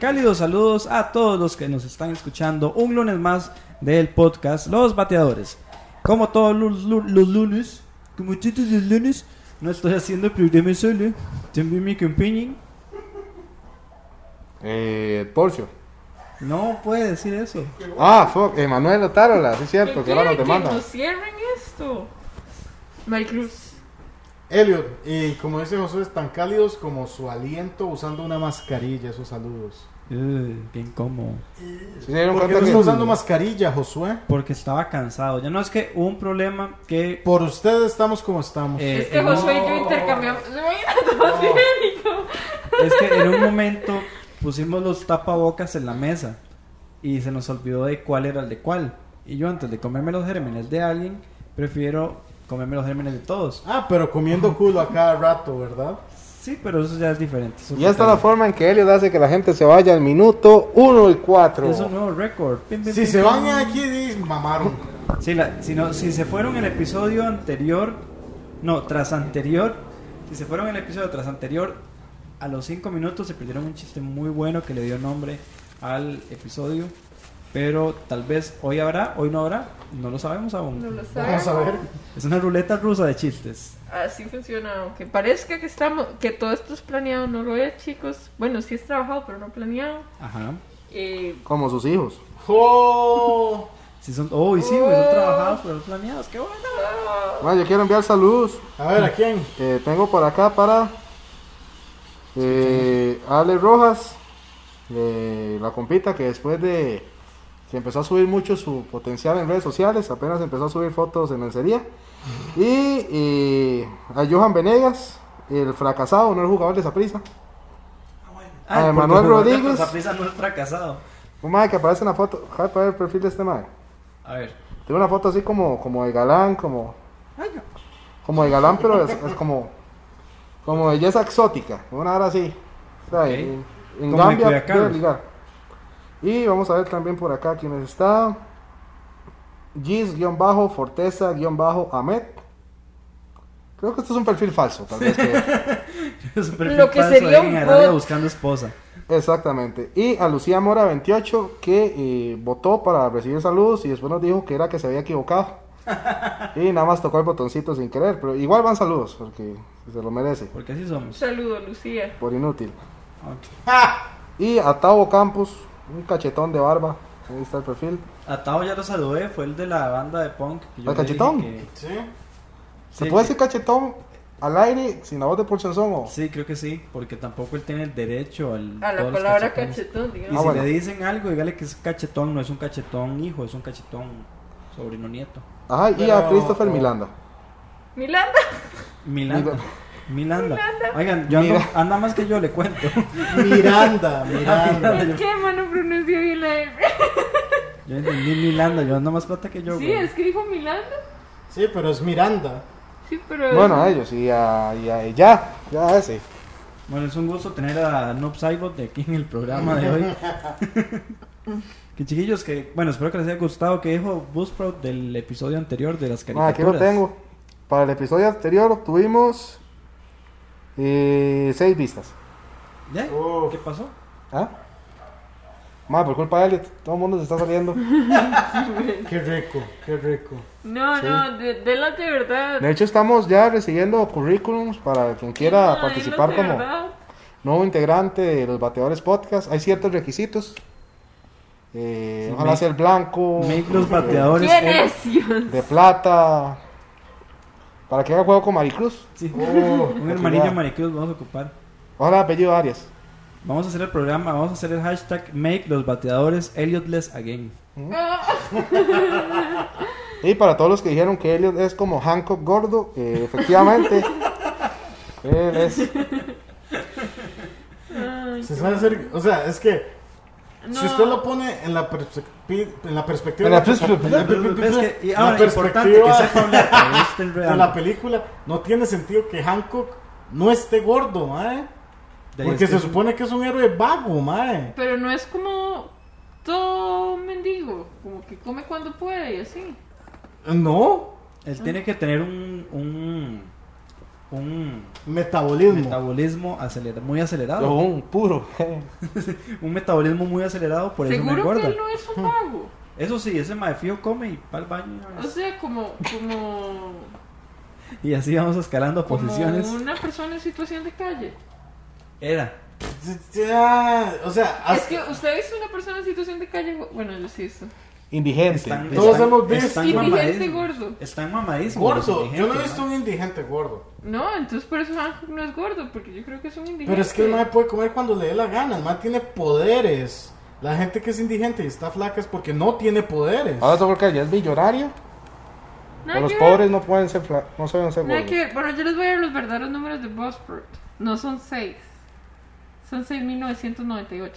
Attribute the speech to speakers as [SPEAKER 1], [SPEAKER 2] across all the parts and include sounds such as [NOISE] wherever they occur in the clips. [SPEAKER 1] Cálidos saludos a todos los que nos están escuchando un lunes más del podcast Los Bateadores. Como todos los, lu- los lunes, como todos los lunes, no estoy haciendo el programa solo. También me acompañan.
[SPEAKER 2] Eh, Porcio.
[SPEAKER 1] No puede decir eso.
[SPEAKER 2] Ah, fuck, Emanuel Otárola, sí es cierto,
[SPEAKER 3] ¿Qué
[SPEAKER 2] que ahora
[SPEAKER 3] quieren
[SPEAKER 2] nos
[SPEAKER 3] que
[SPEAKER 2] demandan.
[SPEAKER 3] nos cierren esto? Maricruz.
[SPEAKER 4] Elliot, y como dice José, tan cálidos como su aliento usando una mascarilla, esos saludos.
[SPEAKER 1] Eh, qué incómodo.
[SPEAKER 2] ¿Sí se dieron
[SPEAKER 4] ¿Por qué
[SPEAKER 2] cuenta
[SPEAKER 4] no
[SPEAKER 2] que
[SPEAKER 4] está usando mascarilla, Josué?
[SPEAKER 1] Porque estaba cansado. Ya no es que hubo un problema que.
[SPEAKER 4] Por usted estamos como estamos.
[SPEAKER 1] eh,
[SPEAKER 3] es que
[SPEAKER 1] en un-
[SPEAKER 3] Josué y yo intercambiamos. Mira, todo cínico.
[SPEAKER 1] Es que en un momento pusimos los tapabocas en la mesa y se nos olvidó de cuál era el de cuál. Y yo antes de comerme los gérmenes de alguien, prefiero comerme los gérmenes de todos.
[SPEAKER 4] Ah, pero comiendo culo a cada rato, ¿verdad?
[SPEAKER 1] Sí, pero eso ya es diferente. eso es
[SPEAKER 2] Y esta es
[SPEAKER 1] otra
[SPEAKER 2] la forma en que Elliot hace que la gente se vaya al minuto 1 y
[SPEAKER 1] cosa. Es un
[SPEAKER 2] 4.
[SPEAKER 1] nuevo récord. Pim, pim,
[SPEAKER 4] Si
[SPEAKER 1] pim,
[SPEAKER 4] se
[SPEAKER 1] pim.
[SPEAKER 4] van aquí, di- mamaron.
[SPEAKER 1] Sí, la- si, no- si se fueron el episodio anterior, no, tras anterior, si se fueron el episodio tras anterior, a los 5 minutos se perdieron un chiste muy bueno que le dio nombre al episodio, pero tal vez hoy habrá, hoy no habrá, no lo sabemos aún.
[SPEAKER 3] No lo sabemos.
[SPEAKER 4] Vamos a ver.
[SPEAKER 1] Es una ruleta rusa de chistes.
[SPEAKER 3] Así funciona, aunque parezca que estamos, que todo esto es planeado, no lo es, chicos. Bueno, sí es trabajado, pero no planeado.
[SPEAKER 1] Ajá.
[SPEAKER 3] Eh,
[SPEAKER 2] Como sus hijos.
[SPEAKER 4] ¡Oh!
[SPEAKER 1] Si son, oh, y sí, güey, son trabajados, pero son planeados, qué bueno.
[SPEAKER 2] Bueno, yo quiero enviar saludos
[SPEAKER 4] A ver, ¿a quién?
[SPEAKER 2] que Eh, tengo por acá para eh, Ale Rojas, eh, la compita que después de que empezó a subir mucho su potencial en redes sociales, apenas empezó a subir fotos en lencería. Y, eh, a Johan Venegas, el fracasado, no el jugador de prisa Ah,
[SPEAKER 1] porque
[SPEAKER 2] Manuel
[SPEAKER 1] el jugador de
[SPEAKER 2] Rodríguez.
[SPEAKER 1] Saprissa no es fracasado.
[SPEAKER 2] Un mae que aparece en la foto, ja, para ver el perfil de este mae.
[SPEAKER 1] A ver. [LAUGHS]
[SPEAKER 2] Tiene una foto así como, como de galán, como. Como de galán, pero es, es como. Como belleza exótica. Una hora así. O sea,
[SPEAKER 1] Ok.
[SPEAKER 2] en, en
[SPEAKER 1] Como de
[SPEAKER 2] Gambia
[SPEAKER 1] Culiacán.
[SPEAKER 2] puede ligar. Y vamos a ver también por acá quiénes está. Gis-Forteza-Amet. Creo que esto es un perfil falso, tal vez que-
[SPEAKER 1] Es un perfil
[SPEAKER 3] Lo que
[SPEAKER 1] falso de
[SPEAKER 3] sería
[SPEAKER 1] alguien
[SPEAKER 3] un
[SPEAKER 1] en Arabia
[SPEAKER 3] bot.
[SPEAKER 1] buscando esposa.
[SPEAKER 2] Exactamente. Y a Lucía Mora 28, que eh, votó para recibir saludos y después nos dijo que era que se
[SPEAKER 1] [LAUGHS]
[SPEAKER 2] había equivocado. y nada más tocó el botoncito sin querer, pero igual van saludos, porque se lo merece,
[SPEAKER 1] Porque así
[SPEAKER 3] un
[SPEAKER 1] somos.
[SPEAKER 3] saludo, Lucía.
[SPEAKER 2] por inútil.
[SPEAKER 1] Ok.
[SPEAKER 2] Y a Tavo Campos, un cachetón de barba, ahí está el perfil.
[SPEAKER 1] A Tao ya lo saludé, fue el de la banda de punk. que yo
[SPEAKER 2] ¿El
[SPEAKER 1] le dije
[SPEAKER 2] cachetón?
[SPEAKER 1] que-
[SPEAKER 4] ¿Sí?
[SPEAKER 2] ¿Se
[SPEAKER 1] Sí,
[SPEAKER 2] puede decir cachetón al aire sin la voz de Porchenzón o...?
[SPEAKER 1] Sí, creo que sí, porque tampoco él tiene el derecho al,
[SPEAKER 3] A la
[SPEAKER 1] todos los
[SPEAKER 3] palabra
[SPEAKER 1] cachetones. Y
[SPEAKER 3] cachetón,
[SPEAKER 2] Ah,
[SPEAKER 1] si
[SPEAKER 3] digamos.
[SPEAKER 2] bueno.
[SPEAKER 1] le dicen algo, dígale que es cachetón, no es un cachetón hijo, es un cachetón sobrino nieto.
[SPEAKER 2] Ajá, y a
[SPEAKER 4] Pero-
[SPEAKER 2] Christopher Milanda. Ah. [LAUGHS]
[SPEAKER 3] Milanda.
[SPEAKER 1] Milanda.
[SPEAKER 2] Mira.
[SPEAKER 1] Milanda. Oigan, yo ando,
[SPEAKER 2] Mira.
[SPEAKER 1] anda más que yo, le cuento. [LAUGHS]
[SPEAKER 4] Miranda, Miranda.
[SPEAKER 3] Es que, mano, pronunció bien la R.
[SPEAKER 1] Yo entendí Milanda, yo ando más plata que yo.
[SPEAKER 3] Sí,
[SPEAKER 1] güey.
[SPEAKER 3] es que dijo Milanda.
[SPEAKER 4] Sí, pero es Miranda.
[SPEAKER 3] Sí, pero.
[SPEAKER 2] Bueno, a ellos y a, y a- y ya, ya a ese.
[SPEAKER 1] Bueno, es un gusto tener a Noob Saibot de aquí en el programa de hoy.
[SPEAKER 4] [LAUGHS]
[SPEAKER 1] que chiquillos, que bueno, espero que les haya gustado. que dijo Buzzsprout del episodio anterior de las
[SPEAKER 2] Ah,
[SPEAKER 1] caricaturas?
[SPEAKER 2] aquí lo tengo. Para el episodio anterior tuvimos eh, seis vistas.
[SPEAKER 1] ¿Ya?
[SPEAKER 4] Uf.
[SPEAKER 1] ¿Qué pasó?
[SPEAKER 2] ¿Ah? Ma, por culpa de Elliot, todo el mundo se está saliendo.
[SPEAKER 4] Qué rico, qué rico.
[SPEAKER 3] No,
[SPEAKER 2] Sí.
[SPEAKER 3] no, de, de las de verdad.
[SPEAKER 2] De hecho, estamos ya recibiendo currículums para quien quiera
[SPEAKER 3] No,
[SPEAKER 2] participar
[SPEAKER 3] de las de
[SPEAKER 2] como
[SPEAKER 3] verdad.
[SPEAKER 2] nuevo integrante de los Bateadores Podcast. Hay ciertos requisitos. Eh,
[SPEAKER 1] Sí,
[SPEAKER 2] ojalá
[SPEAKER 1] make-
[SPEAKER 2] ser blanco,
[SPEAKER 1] Make
[SPEAKER 4] Oh.
[SPEAKER 1] los bateadores.
[SPEAKER 3] ¿Quién
[SPEAKER 1] el-
[SPEAKER 3] es? [LAUGHS] Dios?
[SPEAKER 2] de plata. Para que haga juego con Maricruz.
[SPEAKER 1] Sí.
[SPEAKER 4] Oh,
[SPEAKER 1] Un hermanillo
[SPEAKER 2] Ojalá.
[SPEAKER 1] mariquillos vamos a ocupar.
[SPEAKER 2] Ojalá apellido Arias.
[SPEAKER 1] Vamos a hacer el programa, vamos a hacer el hashtag Make los bateadores Elliotless
[SPEAKER 4] [LAUGHS]
[SPEAKER 1] Again.
[SPEAKER 2] Y para todos los que dijeron que Elliot es como Hancock gordo, eh, efectivamente. él es.
[SPEAKER 3] Ay,
[SPEAKER 4] se sabe hacer- o sea, es que
[SPEAKER 3] no.
[SPEAKER 4] Si usted lo pone en la, perspecti- en la perspectiva
[SPEAKER 2] En la
[SPEAKER 4] de
[SPEAKER 2] perspe-
[SPEAKER 4] la
[SPEAKER 1] Ves que- y
[SPEAKER 4] la
[SPEAKER 1] ahora, importante que
[SPEAKER 4] perspectiva
[SPEAKER 1] sepa
[SPEAKER 4] [LAUGHS]
[SPEAKER 1] hablar, que no esté
[SPEAKER 4] de la
[SPEAKER 1] enredando.
[SPEAKER 4] película, no tiene sentido que Hancock no esté gordo, mae.
[SPEAKER 1] De ahí
[SPEAKER 4] Porque
[SPEAKER 1] es
[SPEAKER 4] se
[SPEAKER 1] que-
[SPEAKER 4] supone que es un héroe vago, mae.
[SPEAKER 3] Pero no es como todo mendigo, como que come cuando puede y así.
[SPEAKER 4] No.
[SPEAKER 1] Él tiene que tener un, un, un
[SPEAKER 4] Metabolismo.
[SPEAKER 1] metabolismo aceler- muy acelerado.
[SPEAKER 2] Yo, un puro.
[SPEAKER 1] Un metabolismo muy acelerado, por eso me
[SPEAKER 3] Seguro que
[SPEAKER 1] engorda.
[SPEAKER 3] él no es un vago.
[SPEAKER 1] Eso sí, ese maefío come y va al baño. una
[SPEAKER 3] O
[SPEAKER 1] vez.
[SPEAKER 3] sea, como, como,
[SPEAKER 1] Y así vamos escalando posiciones.
[SPEAKER 3] como una persona en situación de calle.
[SPEAKER 1] Era.
[SPEAKER 4] Ya, ah, O sea,
[SPEAKER 3] Es
[SPEAKER 4] hasta-
[SPEAKER 3] que usted ha visto una persona en situación de calle. Bueno, yo sí he visto.
[SPEAKER 2] Indigente.
[SPEAKER 1] Están,
[SPEAKER 4] Todos
[SPEAKER 1] están-
[SPEAKER 4] hemos visto-
[SPEAKER 1] están
[SPEAKER 3] Indigente
[SPEAKER 1] mamadísimos.
[SPEAKER 3] gordo.
[SPEAKER 1] Están mamadísimos. los
[SPEAKER 4] gordo. Yo no he
[SPEAKER 1] indigentes,
[SPEAKER 4] visto
[SPEAKER 1] ¿no?
[SPEAKER 4] un indigente gordo.
[SPEAKER 3] No, entonces por eso Hancock no es gordo, porque yo creo que es un indigente.
[SPEAKER 4] Pero es que el mae puede comer cuando le dé la gana. El mae tiene poderes. La gente que es indigente y está flaca es porque no tiene poderes.
[SPEAKER 1] Ah.
[SPEAKER 2] Ahora eso porque ya es millonario.
[SPEAKER 3] Nada
[SPEAKER 2] los
[SPEAKER 3] que ver,
[SPEAKER 2] pobres no pueden ser fla- no saben ser
[SPEAKER 3] nada que
[SPEAKER 2] gordos.
[SPEAKER 3] ver. Bueno, yo les voy a dar los verdaderos números de Bosford. No son 6. Son 6.998.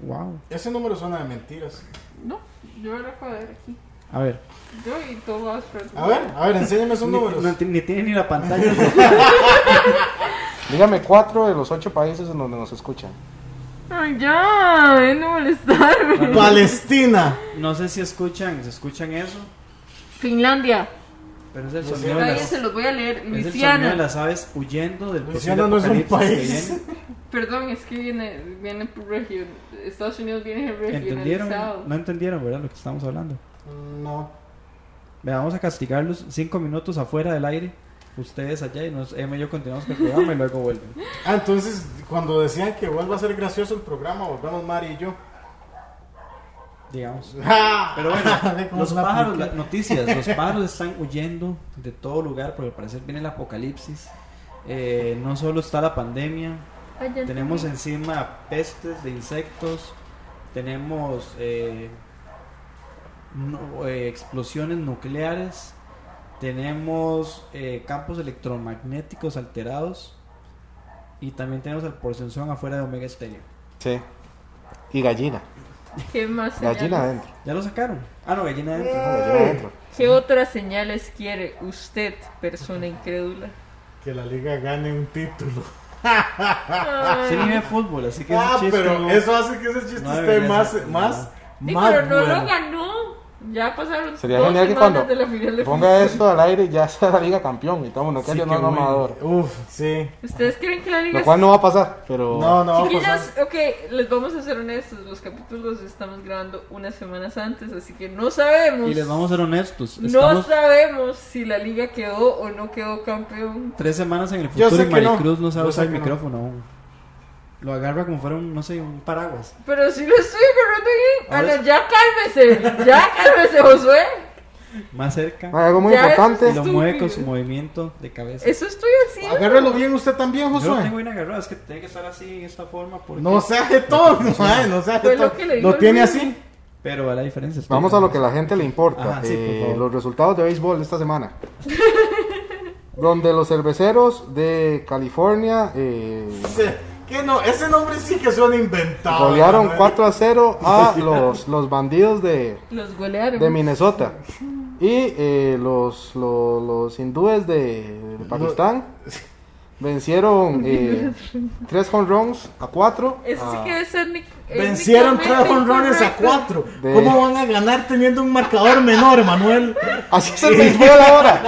[SPEAKER 1] Wow.
[SPEAKER 4] Ese número suena de mentiras.
[SPEAKER 3] No, yo lo acabo de ver aquí.
[SPEAKER 1] A ver.
[SPEAKER 3] Yo y todo Bosford.
[SPEAKER 4] A ver, a ver, enséñame esos
[SPEAKER 1] Ni,
[SPEAKER 4] números.
[SPEAKER 1] no ti- ni tiene ni la
[SPEAKER 4] [LAUGHS]
[SPEAKER 1] pantalla.
[SPEAKER 2] Dígame cuatro de los ocho países en donde nos escuchan.
[SPEAKER 3] Ay, ya, eh, ven a molestarme.
[SPEAKER 4] Palestina.
[SPEAKER 1] no sé si escuchan, se escuchan eso,
[SPEAKER 3] Finlandia.
[SPEAKER 1] pero es el
[SPEAKER 4] Pues
[SPEAKER 1] sonido de
[SPEAKER 3] Ahí
[SPEAKER 1] las,
[SPEAKER 3] se los voy a leer.
[SPEAKER 1] es el sonido de
[SPEAKER 3] Luisiana.
[SPEAKER 1] las aves huyendo del
[SPEAKER 4] Luisiana
[SPEAKER 1] posible
[SPEAKER 4] no es un
[SPEAKER 1] apocalipsis
[SPEAKER 4] país.
[SPEAKER 1] que
[SPEAKER 3] Perdón, es que viene, viene por región. Estados Unidos viene
[SPEAKER 1] viene. ¿Entendieron?
[SPEAKER 3] regionalizado.
[SPEAKER 1] No entendieron, ¿verdad? Lo que estamos hablando.
[SPEAKER 4] No.
[SPEAKER 1] Vea, vamos a castigarlos cinco minutos afuera del aire. Ustedes allá y nos, Emma y yo continuamos con el programa y luego vuelven.
[SPEAKER 4] Ah, entonces, cuando decían que vuelva a ser gracioso el programa, volvemos Mari y yo.
[SPEAKER 1] Digamos.
[SPEAKER 4] [LAUGHS] ¡Ja!
[SPEAKER 1] Ah, Pero bueno,
[SPEAKER 4] Ve cómo
[SPEAKER 1] los
[SPEAKER 4] se la
[SPEAKER 1] pájaros,
[SPEAKER 4] apliqué.
[SPEAKER 1] la- noticias, los pájaros están huyendo de todo lugar porque al parecer viene el apocalipsis. Eh, no solo está la pandemia,
[SPEAKER 3] Ay, ya
[SPEAKER 1] tenemos
[SPEAKER 3] entendí.
[SPEAKER 1] encima pestes de insectos, tenemos eh, no- eh, explosiones nucleares, tenemos eh, campos electromagnéticos alterados y también tenemos el porcenzón afuera de Omega Stereo.
[SPEAKER 2] Sí. Y gallina.
[SPEAKER 3] ¿Qué más
[SPEAKER 2] Gallina eh.
[SPEAKER 3] señales?
[SPEAKER 2] adentro.
[SPEAKER 1] ¿Ya lo sacaron? Ah, no, gallina adentro.
[SPEAKER 2] No, gallina adentro.
[SPEAKER 3] ¿Qué otras señales quiere usted, persona incrédula?
[SPEAKER 4] Que la liga gane un título.
[SPEAKER 1] Ah, Sí, ni ve fútbol, así que ese
[SPEAKER 4] Ah,
[SPEAKER 1] chiste
[SPEAKER 4] pero
[SPEAKER 1] no-
[SPEAKER 4] eso hace que ese chiste
[SPEAKER 1] No
[SPEAKER 4] esté
[SPEAKER 1] debería
[SPEAKER 4] más,
[SPEAKER 1] ser,
[SPEAKER 4] más,
[SPEAKER 3] Sí,
[SPEAKER 4] más
[SPEAKER 3] pero no
[SPEAKER 4] bueno.
[SPEAKER 3] lo ganó. Ya pasaron
[SPEAKER 2] Sería
[SPEAKER 3] dos
[SPEAKER 2] genial que
[SPEAKER 3] semanas
[SPEAKER 2] cuando
[SPEAKER 3] de la final de
[SPEAKER 2] Ponga esto al aire y ya sea la liga campeón. Y estamos no
[SPEAKER 1] Sí,
[SPEAKER 2] quede
[SPEAKER 1] qué
[SPEAKER 2] no
[SPEAKER 1] bueno.
[SPEAKER 2] mamador.
[SPEAKER 4] Uf, sí.
[SPEAKER 3] ¿Ustedes creen que la liga
[SPEAKER 2] Lo cual no va a pasar, pero.
[SPEAKER 1] Oh.
[SPEAKER 4] No, no va a pasar.
[SPEAKER 3] Chiquillas, ok, les vamos a ser honestos, los capítulos los estamos grabando unas semanas antes, así que no sabemos,
[SPEAKER 1] Y les vamos a ser honestos.
[SPEAKER 3] no
[SPEAKER 1] Estamos
[SPEAKER 3] sabemos si la liga quedó o no quedó campeón.
[SPEAKER 1] tres semanas en el
[SPEAKER 4] Yo
[SPEAKER 1] futuro
[SPEAKER 4] sé
[SPEAKER 1] y
[SPEAKER 4] que no.
[SPEAKER 1] Maricruz no, sabe
[SPEAKER 4] Yo sé
[SPEAKER 1] usar el
[SPEAKER 4] que no.
[SPEAKER 1] micrófono aún. Lo agarra como fuera un, no sé, un paraguas.
[SPEAKER 3] Pero si lo estoy agarrando bien,
[SPEAKER 1] Ahora
[SPEAKER 3] Ah,
[SPEAKER 1] es-
[SPEAKER 3] no, ya cálmese, ya cálmese, Josué.
[SPEAKER 1] Más cerca.
[SPEAKER 4] Ah,
[SPEAKER 2] Hay algo muy
[SPEAKER 3] Ya, eso
[SPEAKER 1] Y
[SPEAKER 2] importante.
[SPEAKER 1] lo
[SPEAKER 3] estúpido.
[SPEAKER 1] mueve con su movimiento de cabeza.
[SPEAKER 3] Eso estoy haciendo.
[SPEAKER 4] Agárralo bien usted también,
[SPEAKER 1] Yo no tengo
[SPEAKER 4] Josué.
[SPEAKER 1] bien agarrado, es que tiene que estar así, en esta forma. Porque...
[SPEAKER 4] No
[SPEAKER 1] [LAUGHS]
[SPEAKER 4] sea jetón, mae, no sea
[SPEAKER 3] Fue lo
[SPEAKER 4] jetón.
[SPEAKER 3] que le dijo
[SPEAKER 4] Lo
[SPEAKER 3] el
[SPEAKER 4] tiene
[SPEAKER 3] Luis.
[SPEAKER 4] así.
[SPEAKER 1] Pero a la diferencia. estoy
[SPEAKER 2] Vamos a lo que a la gente le importa.
[SPEAKER 1] Ajá, sí, por
[SPEAKER 2] eh,
[SPEAKER 1] favor.
[SPEAKER 2] los resultados de béisbol de esta
[SPEAKER 3] [LAUGHS]
[SPEAKER 2] semana. donde los cerveceros de California eh,
[SPEAKER 4] Sí. Que no, ese nombre sí que suena inventado.
[SPEAKER 2] golearon
[SPEAKER 4] mae.
[SPEAKER 2] 4 a 0 a los, los bandidos de,
[SPEAKER 3] Los golearon.
[SPEAKER 2] de Minnesota. Y eh, los, los, los hindúes de, de Pakistán vencieron 3 home runs a Ah, 4.
[SPEAKER 3] Eso sí que es etnic-
[SPEAKER 4] Vencieron tres
[SPEAKER 3] étnicamente
[SPEAKER 4] honrones a
[SPEAKER 3] incorrecto.
[SPEAKER 4] cuatro.
[SPEAKER 2] De-
[SPEAKER 4] ¿Cómo van a ganar teniendo un marcador menor, Manuel?
[SPEAKER 2] Así es el béisbol ahora.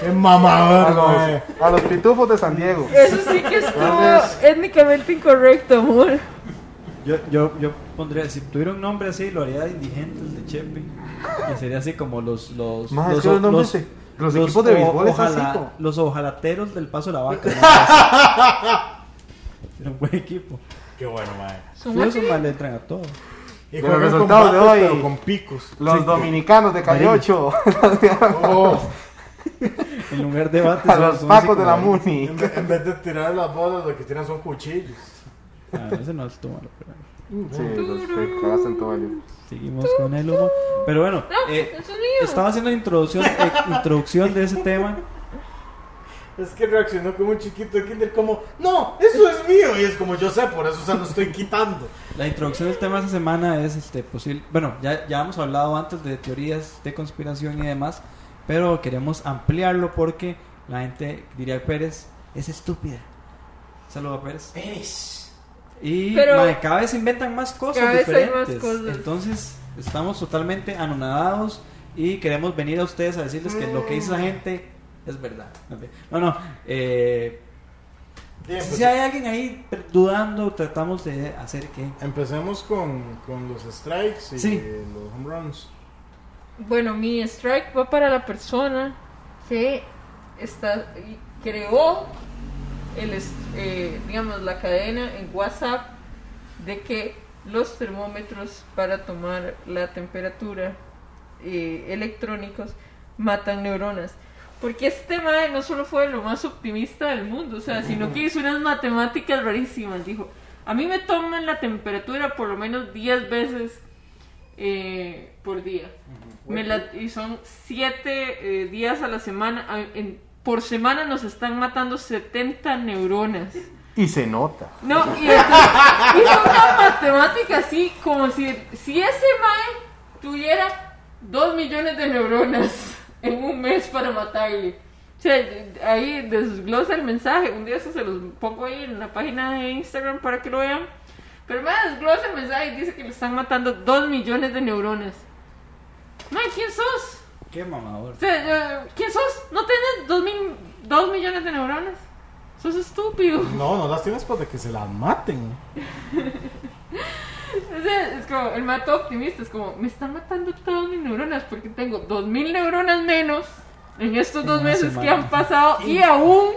[SPEAKER 4] Qué
[SPEAKER 2] A
[SPEAKER 4] mamador, mae.
[SPEAKER 2] los, a los pitufos de San Diego.
[SPEAKER 3] Eso sí que estuvo
[SPEAKER 2] Entonces-
[SPEAKER 3] étnicamente incorrecto, amor.
[SPEAKER 1] Yo, yo, yo pondría, si tuviera un nombre así, lo haría de indigentes, de Chepe. Y sería así como los. los
[SPEAKER 2] Ma, es
[SPEAKER 1] los,
[SPEAKER 2] que los nombres de- los equipos de béisbol es así,
[SPEAKER 1] ojalá-
[SPEAKER 2] como-
[SPEAKER 1] Los ojalateros del Paso de la Vaca.
[SPEAKER 2] [LAUGHS]
[SPEAKER 1] ¿no? Era un buen equipo.
[SPEAKER 4] Qué bueno, mae.
[SPEAKER 3] Son
[SPEAKER 1] Ellos
[SPEAKER 3] así.
[SPEAKER 1] mal le entran a todo.
[SPEAKER 4] Y
[SPEAKER 2] De
[SPEAKER 4] juegan
[SPEAKER 2] los
[SPEAKER 4] con
[SPEAKER 2] resultados de
[SPEAKER 4] bates,
[SPEAKER 2] hoy.
[SPEAKER 4] pero con picos.
[SPEAKER 2] Los dominicanos de Calle
[SPEAKER 1] Ahí.
[SPEAKER 2] 8.
[SPEAKER 4] [LAUGHS] Oh,
[SPEAKER 1] En lugar de bates.
[SPEAKER 2] a
[SPEAKER 1] son-
[SPEAKER 2] los
[SPEAKER 1] son
[SPEAKER 2] pacos de la
[SPEAKER 1] psicólogos.
[SPEAKER 2] Muni.
[SPEAKER 4] en, vez, en vez de tirar las bolas, lo que tiran son cuchillos. Mm,
[SPEAKER 1] Ah, ese no estuvo malo, pero bueno.
[SPEAKER 2] Sí, los te cagaste en todo ello.
[SPEAKER 1] Seguimos con el humo. Pero bueno,
[SPEAKER 3] No,
[SPEAKER 1] eh,
[SPEAKER 3] es un lío.
[SPEAKER 1] estaba haciendo la introducción, eh, introducción de ese tema.
[SPEAKER 4] Es que reaccionó como un chiquito de kinder, como, no, eso es mío. Y es como, yo sé, por eso se lo estoy
[SPEAKER 1] [LAUGHS]
[SPEAKER 4] quitando.
[SPEAKER 1] La introducción del tema de esta semana es este posible. Bueno, ya, ya hemos hablado antes de teorías de conspiración y demás, pero queremos ampliarlo porque la gente diría Pérez es estúpida. Saludos a Pérez. Y
[SPEAKER 3] Pero-
[SPEAKER 1] mae, cada vez inventan más cosas
[SPEAKER 3] Cada vez hay más
[SPEAKER 1] diferentes.
[SPEAKER 3] cosas.
[SPEAKER 1] Entonces,
[SPEAKER 3] Mm.
[SPEAKER 1] estamos totalmente anonadados y queremos venir a ustedes a decirles que lo que dice la gente es verdad. No, no. eh,
[SPEAKER 4] Bien,
[SPEAKER 1] si
[SPEAKER 4] pues,
[SPEAKER 1] hay alguien ahí dudando, tratamos de hacer que.
[SPEAKER 4] Empecemos con, con los strikes y
[SPEAKER 1] Sí.
[SPEAKER 4] los home runs.
[SPEAKER 3] Bueno, mi strike va para la persona que está, creó el, es- eh, digamos, la cadena en WhatsApp de que los termómetros para tomar la temperatura eh, electrónicos matan neuronas. Porque este mae no solo fue lo más optimista del mundo, o sea, sino que hizo unas matemáticas rarísimas. Dijo, a mí me toman la temperatura por lo menos 10 veces eh, por día. Me la- y son 7 días a la semana. A- en- por semana nos están matando 70 neuronas.
[SPEAKER 2] Y se nota.
[SPEAKER 3] No, y entonces hizo una matemática así, como si, si ese mae tuviera dos millones de neuronas en un mes para matarle. O sea, ahí desglosa el mensaje. Un día eso se los pongo ahí en la página de Instagram para que lo vean. Pero me desglosa el mensaje y dice que le están matando dos millones de neuronas. Mae, ¿quién sos?
[SPEAKER 1] Qué mamador.
[SPEAKER 3] O sea, eh, ¿quién sos? ¿No tenés dos, mil, dos millones de neuronas? Sos estúpido.
[SPEAKER 4] No, no las tienes para que se las maten.
[SPEAKER 3] O sea, es como el mato optimista, es como, me están matando todas mis neuronas porque tengo 2000 neuronas menos en estos
[SPEAKER 1] En
[SPEAKER 3] dos
[SPEAKER 1] una
[SPEAKER 3] meses que
[SPEAKER 1] semana.
[SPEAKER 3] han pasado y aún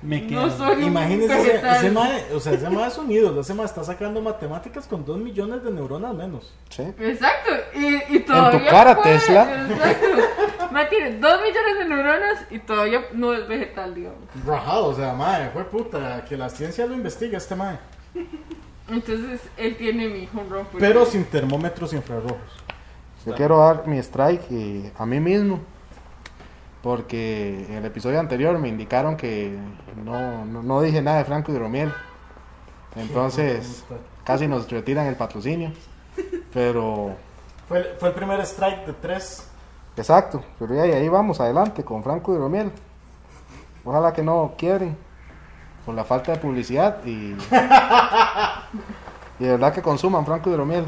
[SPEAKER 1] Me quedo.
[SPEAKER 3] no soy
[SPEAKER 4] Imagínense,
[SPEAKER 3] un
[SPEAKER 4] ese,
[SPEAKER 3] vegetal.
[SPEAKER 4] ese mae, o sea, ese mae es un ídolo, ese mae está sacando matemáticas con 2 millones de neuronas menos.
[SPEAKER 2] Sí.
[SPEAKER 3] Exacto, y, y todavía.
[SPEAKER 2] cara, Tesla.
[SPEAKER 3] Exacto. Ma tiene 2 millones de neuronas y todavía no es vegetal, digamos.
[SPEAKER 4] Rajado, o sea, mae, fue puta, que la ciencia lo investiga este mae.
[SPEAKER 3] Entonces él tiene mi home run. pues. porque-
[SPEAKER 4] Pero sin termómetros infrarrojos.
[SPEAKER 2] Yo quiero dar mi strike eh, a mí mismo. Porque en el episodio anterior me indicaron que no, no, no dije nada de Franco Hidromiel. Entonces, casi nos retiran el patrocinio. Pero,
[SPEAKER 4] Fue, el- fue el primer strike de 3.
[SPEAKER 2] exacto, pero ahí, ahí vamos adelante con Franco Hidromiel. Ojalá que no quieren por la falta de publicidad [LAUGHS] y, y de verdad que consuman Franco Hidromiel.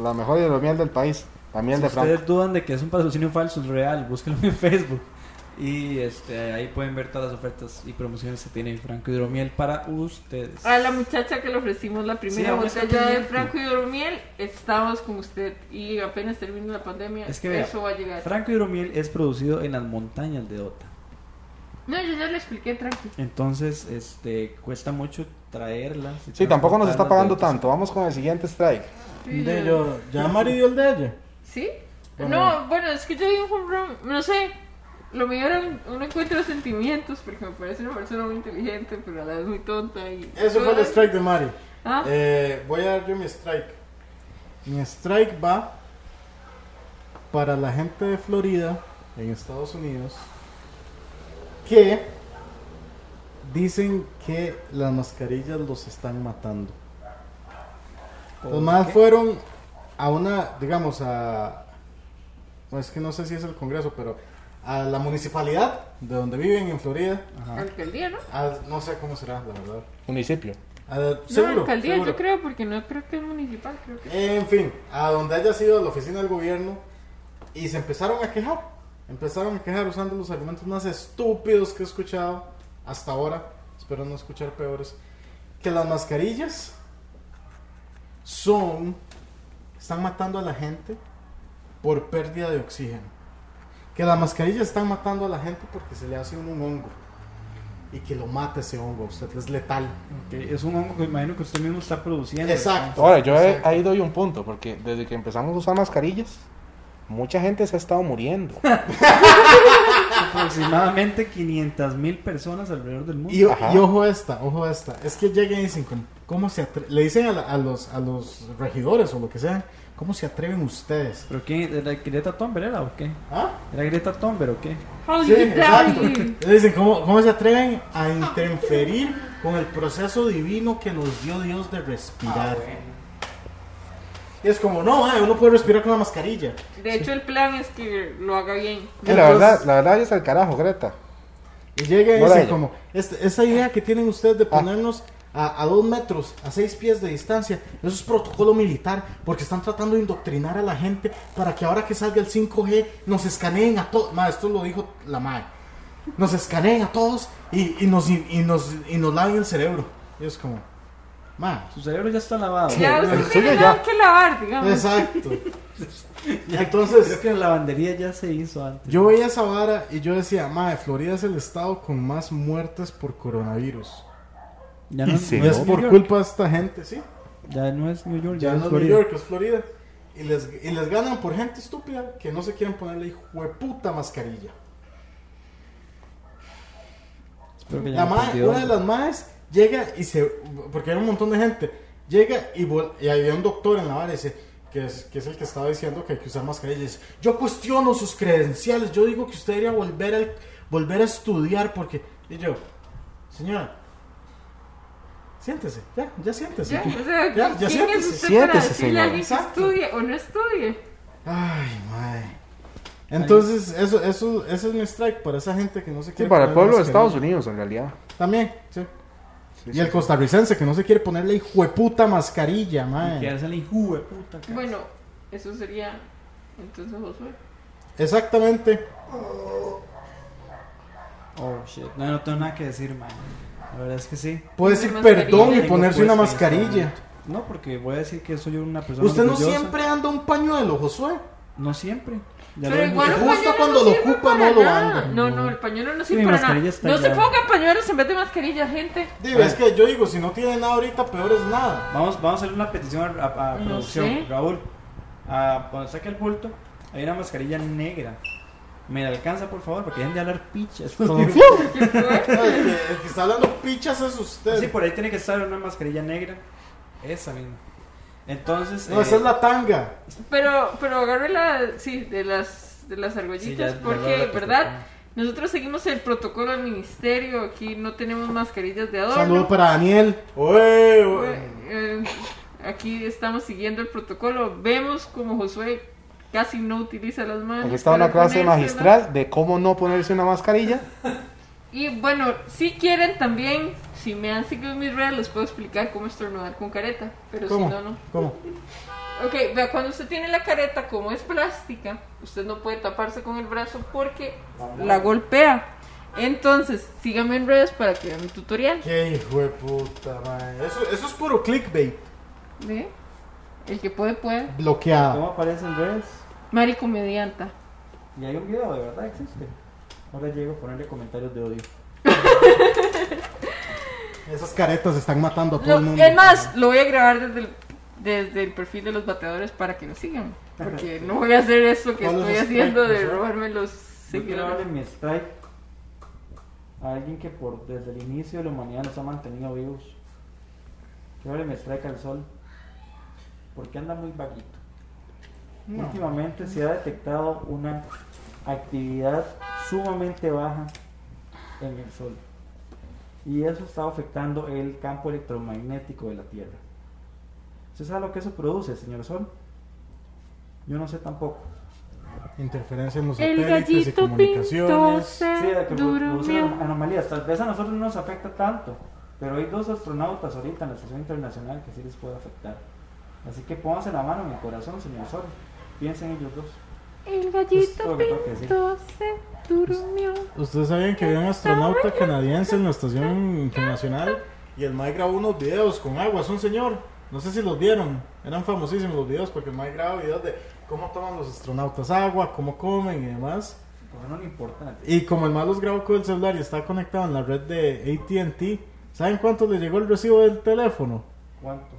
[SPEAKER 2] La mejor hidromiel del país, la miel
[SPEAKER 1] Si
[SPEAKER 2] de Franco.
[SPEAKER 1] ustedes dudan de que es un patrocinio falso, es real. Búsquenlo en [LAUGHS] Facebook. Y este, ahí pueden ver todas las ofertas y promociones que tiene Franco Hidromiel para ustedes.
[SPEAKER 4] Ah,
[SPEAKER 3] A la muchacha que le ofrecimos la
[SPEAKER 1] Sí,
[SPEAKER 3] primera
[SPEAKER 1] vamos a
[SPEAKER 3] botella de
[SPEAKER 1] tener-
[SPEAKER 3] Franco Hidromiel, estamos con usted. Y apenas termine la pandemia,
[SPEAKER 1] Es que vea,
[SPEAKER 3] eso va a llegar.
[SPEAKER 1] Franco Hidromiel es producido en las montañas de Dota.
[SPEAKER 3] No, yo ya le expliqué, tranqui.
[SPEAKER 1] Entonces, este, cuesta mucho traerlas. y
[SPEAKER 2] Sí, tampoco nos está
[SPEAKER 1] transportarlas
[SPEAKER 2] pagando
[SPEAKER 1] de otros-
[SPEAKER 2] tanto. Vamos con el siguiente strike.
[SPEAKER 3] Sí,
[SPEAKER 4] De
[SPEAKER 3] yo-
[SPEAKER 4] yo, ya Mari dio el de ella.
[SPEAKER 3] ¿Sí?
[SPEAKER 4] Bueno.
[SPEAKER 3] No, bueno, es que yo di un home run, no sé. Lo mío era un, un encuentro de sentimientos porque me parece una persona muy inteligente, pero a la vez muy tonta. Y...
[SPEAKER 4] Eso fue el strike de Mari.
[SPEAKER 3] Ah,
[SPEAKER 4] Eh, voy a dar yo mi strike. Mi strike va para la gente de Florida, en Estados Unidos, que dicen que las mascarillas los están matando. Los más fueron a una, digamos, a... bueno, Es que no sé si es el Congreso, pero a la municipalidad de donde viven en Florida.
[SPEAKER 3] alcaldía, ¿no?
[SPEAKER 4] a- no sé cómo será, la verdad.
[SPEAKER 2] Municipio.
[SPEAKER 4] A-
[SPEAKER 3] no,
[SPEAKER 4] seguro,
[SPEAKER 3] alcaldía,
[SPEAKER 4] seguro.
[SPEAKER 3] yo creo, porque no creo que es municipal, creo que.
[SPEAKER 4] En fin, a donde haya sido la oficina del gobierno y se empezaron a quejar. Empezaron a quejar usando los argumentos más estúpidos que he escuchado hasta ahora. Espero no escuchar peores. Que las mascarillas son. están matando a la gente por pérdida de oxígeno. Que las mascarillas están matando a la gente porque se le hace un, un hongo. Y que lo mata ese hongo. a Usted es letal.
[SPEAKER 1] Ok, Es un hongo que imagino que usted mismo está produciendo.
[SPEAKER 4] Exacto.
[SPEAKER 2] Ahora, yo he-
[SPEAKER 4] Exacto.
[SPEAKER 2] ahí doy un punto, porque desde que empezamos a usar mascarillas, mucha gente se ha estado [LAUGHS] muriendo.
[SPEAKER 1] Aproximadamente 500 mil personas alrededor del mundo.
[SPEAKER 4] Y,
[SPEAKER 2] Ajá.
[SPEAKER 4] y ojo esta, ojo esta. Es que llegan y dicen, ¿cómo, cómo se atre- Le dicen a, la- a los, a los regidores o lo que sean, ¿cómo se atreven ustedes?
[SPEAKER 1] ¿Pero quién? ¿Era Greta Thunberg era o qué?
[SPEAKER 4] ¿Ah?
[SPEAKER 1] ¿Era Greta Thunberg o qué?
[SPEAKER 3] How
[SPEAKER 4] Sí,
[SPEAKER 3] you
[SPEAKER 4] exacto.
[SPEAKER 3] die?
[SPEAKER 4] Le dicen, ¿cómo, cómo se atreven a interferir con el proceso divino que nos dio Dios de respirar? Y es como, no, mae, uno puede respirar con la mascarilla.
[SPEAKER 3] De hecho, el plan es que lo haga bien.
[SPEAKER 2] Y la verdad, la verdad es al carajo, Greta.
[SPEAKER 4] Y llega y
[SPEAKER 2] No la
[SPEAKER 4] dice
[SPEAKER 2] ella.
[SPEAKER 4] como, "Este- esa idea que tienen ustedes de ponernos a, a dos metros, a seis pies de distancia, eso es protocolo militar, porque están tratando de indoctrinar a la gente para que ahora que salga el 5G nos escaneen a todos. Ma, esto lo dijo la MAE. nos escanean a todos y, y nos, y, nos, y nos lavan el cerebro. Y es como, ma,
[SPEAKER 1] Su cerebro ya está lavado.
[SPEAKER 3] Ya
[SPEAKER 2] el
[SPEAKER 3] usted
[SPEAKER 2] suyo
[SPEAKER 3] tiene
[SPEAKER 2] ya.
[SPEAKER 3] nada que lavar, digamos.
[SPEAKER 4] exacto.
[SPEAKER 1] Creo
[SPEAKER 4] Entonces,
[SPEAKER 1] que la lavandería ya se hizo antes.
[SPEAKER 4] yo veía esa vara y yo decía, ma, Florida es el estado con más muertes por coronavirus.
[SPEAKER 1] Ya no,
[SPEAKER 5] Sí,
[SPEAKER 1] no
[SPEAKER 4] Y es
[SPEAKER 1] New
[SPEAKER 4] por
[SPEAKER 1] York.
[SPEAKER 4] culpa de esta gente, ¿sí?
[SPEAKER 1] Ya no es New York, ya,
[SPEAKER 4] Ya
[SPEAKER 1] es
[SPEAKER 4] no es New
[SPEAKER 1] Florida.
[SPEAKER 4] York, es Florida. Y les, y les ganan por gente estúpida que no se quieren ponerle hijo de puta mascarilla.
[SPEAKER 1] Espero que ya
[SPEAKER 4] La
[SPEAKER 1] no
[SPEAKER 4] mae-
[SPEAKER 1] perdió.
[SPEAKER 4] una de las madres llega y se. Porque era un montón de gente. Llega y, vol- y había un doctor en la vara y dice, que es, que es el que estaba diciendo que hay que usar mascarilla. Y dice, yo cuestiono sus credenciales. Yo digo que usted debería volver, al, volver a estudiar porque. Y yo, señora, siéntese, ya, ya siéntese.
[SPEAKER 3] Ya, o sea,
[SPEAKER 4] Ya, ya
[SPEAKER 3] ¿quién es
[SPEAKER 4] siéntese.
[SPEAKER 3] usted para
[SPEAKER 2] Siéntese,
[SPEAKER 3] decirle a
[SPEAKER 2] señora.
[SPEAKER 3] alguien que
[SPEAKER 4] Exacto.
[SPEAKER 3] estudie o no estudie?
[SPEAKER 4] Ay, madre. Entonces, eso, eso, ese es mi strike para esa gente que no se
[SPEAKER 2] Sí,
[SPEAKER 4] quiere.
[SPEAKER 2] para el
[SPEAKER 4] poner
[SPEAKER 2] pueblo de
[SPEAKER 4] mascarilla.
[SPEAKER 2] Estados Unidos, en realidad.
[SPEAKER 4] También, sí.
[SPEAKER 2] Sí,
[SPEAKER 4] Y
[SPEAKER 2] sí,
[SPEAKER 4] el
[SPEAKER 2] sí.
[SPEAKER 4] costarricense que no se quiere ponerle hijueputa mascarilla,
[SPEAKER 1] Y
[SPEAKER 4] mae.
[SPEAKER 1] Quedarse en la hijo de puta. cara.
[SPEAKER 3] Bueno, eso sería entonces Josué.
[SPEAKER 4] Exactamente.
[SPEAKER 1] Oh shit. No, no tengo nada que decir, man. La verdad es que sí.
[SPEAKER 4] Puede
[SPEAKER 3] Ponerse
[SPEAKER 4] decir perdón y
[SPEAKER 3] mascarilla.
[SPEAKER 4] ponerse una
[SPEAKER 1] Pues, en este
[SPEAKER 4] mascarilla.
[SPEAKER 1] momento. No, porque voy a decir que soy una persona.
[SPEAKER 4] Usted no
[SPEAKER 1] orgullosa.
[SPEAKER 4] siempre anda un pañuelo, Josué.
[SPEAKER 1] No siempre. Ya
[SPEAKER 3] Pero
[SPEAKER 1] lo
[SPEAKER 3] igual
[SPEAKER 1] dije.
[SPEAKER 3] el
[SPEAKER 4] Justo
[SPEAKER 3] pañuelo
[SPEAKER 4] cuando
[SPEAKER 3] no
[SPEAKER 4] lo
[SPEAKER 3] sirve
[SPEAKER 4] ocupa,
[SPEAKER 3] para
[SPEAKER 4] no lo
[SPEAKER 3] nada.
[SPEAKER 4] anda.
[SPEAKER 3] No, no, el pañuelo no
[SPEAKER 1] Sí,
[SPEAKER 3] sirve
[SPEAKER 1] mi
[SPEAKER 3] para nada.
[SPEAKER 1] mascarilla está
[SPEAKER 3] No se
[SPEAKER 1] ya.
[SPEAKER 3] pongan pañuelos en vez de mascarilla, gente.
[SPEAKER 4] Digo, es que yo digo, si no tiene nada ahorita, peor es nada.
[SPEAKER 1] Vamos, vamos a hacer una petición a, a- a
[SPEAKER 3] No
[SPEAKER 1] producción.
[SPEAKER 3] sé.
[SPEAKER 1] Raúl, ah, cuando saque el bulto, hay una mascarilla negra. ¿Me la alcanza, por favor? Porque dejen de hablar pichas.
[SPEAKER 4] [LAUGHS]
[SPEAKER 1] sí,
[SPEAKER 3] ¿Qué fue?
[SPEAKER 4] No, El que, el que está hablando pichas es usted.
[SPEAKER 1] por ahí tiene que estar una mascarilla negra. Esa misma. Entonces.
[SPEAKER 4] No,
[SPEAKER 1] eh,
[SPEAKER 4] esa es la tanga.
[SPEAKER 3] Pero, pero agarre la, sí, de las, de las
[SPEAKER 1] sí, ya-
[SPEAKER 3] argollitas,
[SPEAKER 1] ya lo
[SPEAKER 3] porque,
[SPEAKER 1] hablo,
[SPEAKER 3] ¿verdad? Nosotros seguimos el protocolo del ministerio, aquí no tenemos mascarillas de adorno.
[SPEAKER 4] Saludo para Daniel. Oe, oe.
[SPEAKER 3] Eh, aquí estamos siguiendo el protocolo. Vemos como Josué casi no utiliza las manos.
[SPEAKER 2] Aquí está
[SPEAKER 3] para
[SPEAKER 2] una clase
[SPEAKER 3] ponérselas.
[SPEAKER 2] magistral de cómo no ponerse una mascarilla.
[SPEAKER 3] Y bueno, si quieren también, si me han seguido en mis redes, les puedo explicar cómo estornudar con careta. Pero
[SPEAKER 4] ¿Cómo?
[SPEAKER 3] si no, no.
[SPEAKER 4] ¿Cómo?
[SPEAKER 3] Ok, vea, cuando usted tiene la careta, como es plástica, usted no puede taparse con el brazo porque la golpea. Entonces, síganme en redes para que vean mi tutorial.
[SPEAKER 4] Qué hijo de puta, mae. Eso, eso es puro clickbait.
[SPEAKER 3] ¿Ve? El que puede, puede.
[SPEAKER 4] Bloqueado.
[SPEAKER 1] ¿Cómo aparece en redes?
[SPEAKER 3] Mari Comedianta.
[SPEAKER 1] Y hay un video, de verdad existe. Ahora llego a ponerle comentarios de odio.
[SPEAKER 4] Esas caretas están matando a todo
[SPEAKER 3] Lo-
[SPEAKER 4] el mundo.
[SPEAKER 3] es más, lo voy a grabar desde el, desde el perfil de los bateadores para que lo sigan. Porque no voy a hacer eso que
[SPEAKER 4] ¿Cuál es
[SPEAKER 3] estoy
[SPEAKER 4] el
[SPEAKER 3] haciendo
[SPEAKER 4] strike,
[SPEAKER 3] de
[SPEAKER 4] Josué?
[SPEAKER 3] robarme los
[SPEAKER 1] Yo quiero darle
[SPEAKER 3] seguidores.
[SPEAKER 1] mi strike a alguien que por desde el inicio de la humanidad nos ha mantenido vivos. Quiero darle mi strike al sol. Porque anda muy vaguito. Últimamente se ha detectado una actividad sumamente baja en el sol. Y eso está afectando el campo electromagnético de la Tierra. ¿Usted sabe lo que eso produce, señor Sol? Yo no sé tampoco.
[SPEAKER 4] Interferencia en los
[SPEAKER 3] El
[SPEAKER 4] satélites y
[SPEAKER 3] gallito pinto
[SPEAKER 4] comunicaciones.
[SPEAKER 1] Sí,
[SPEAKER 3] se
[SPEAKER 1] la que produ- produce
[SPEAKER 3] durmió.
[SPEAKER 1] anom- anomalías. Tal vez a nosotros no nos afecta tanto, pero hay dos astronautas ahorita en la estación internacional que sí les puede afectar. Así que pónganse la mano en el corazón, señor Sol. Piensen ellos dos.
[SPEAKER 3] El
[SPEAKER 1] Es Pues, todo
[SPEAKER 3] gallito
[SPEAKER 1] lo que tengo que
[SPEAKER 3] pinto se durmió.
[SPEAKER 4] Ustedes sabían que había un astronauta canadiense en la estación internacional y el Mike grabó unos videos con aguas, un señor. No sé si los vieron, eran famosísimos los videos porque el Mike graba videos de cómo toman los astronautas agua, cómo comen y demás.
[SPEAKER 1] Porque no le importa.
[SPEAKER 4] Y como el Mike los grabó con el celular y está conectado en la red de ATT, ¿saben cuánto le llegó el recibo del teléfono?
[SPEAKER 1] ¿Cuánto?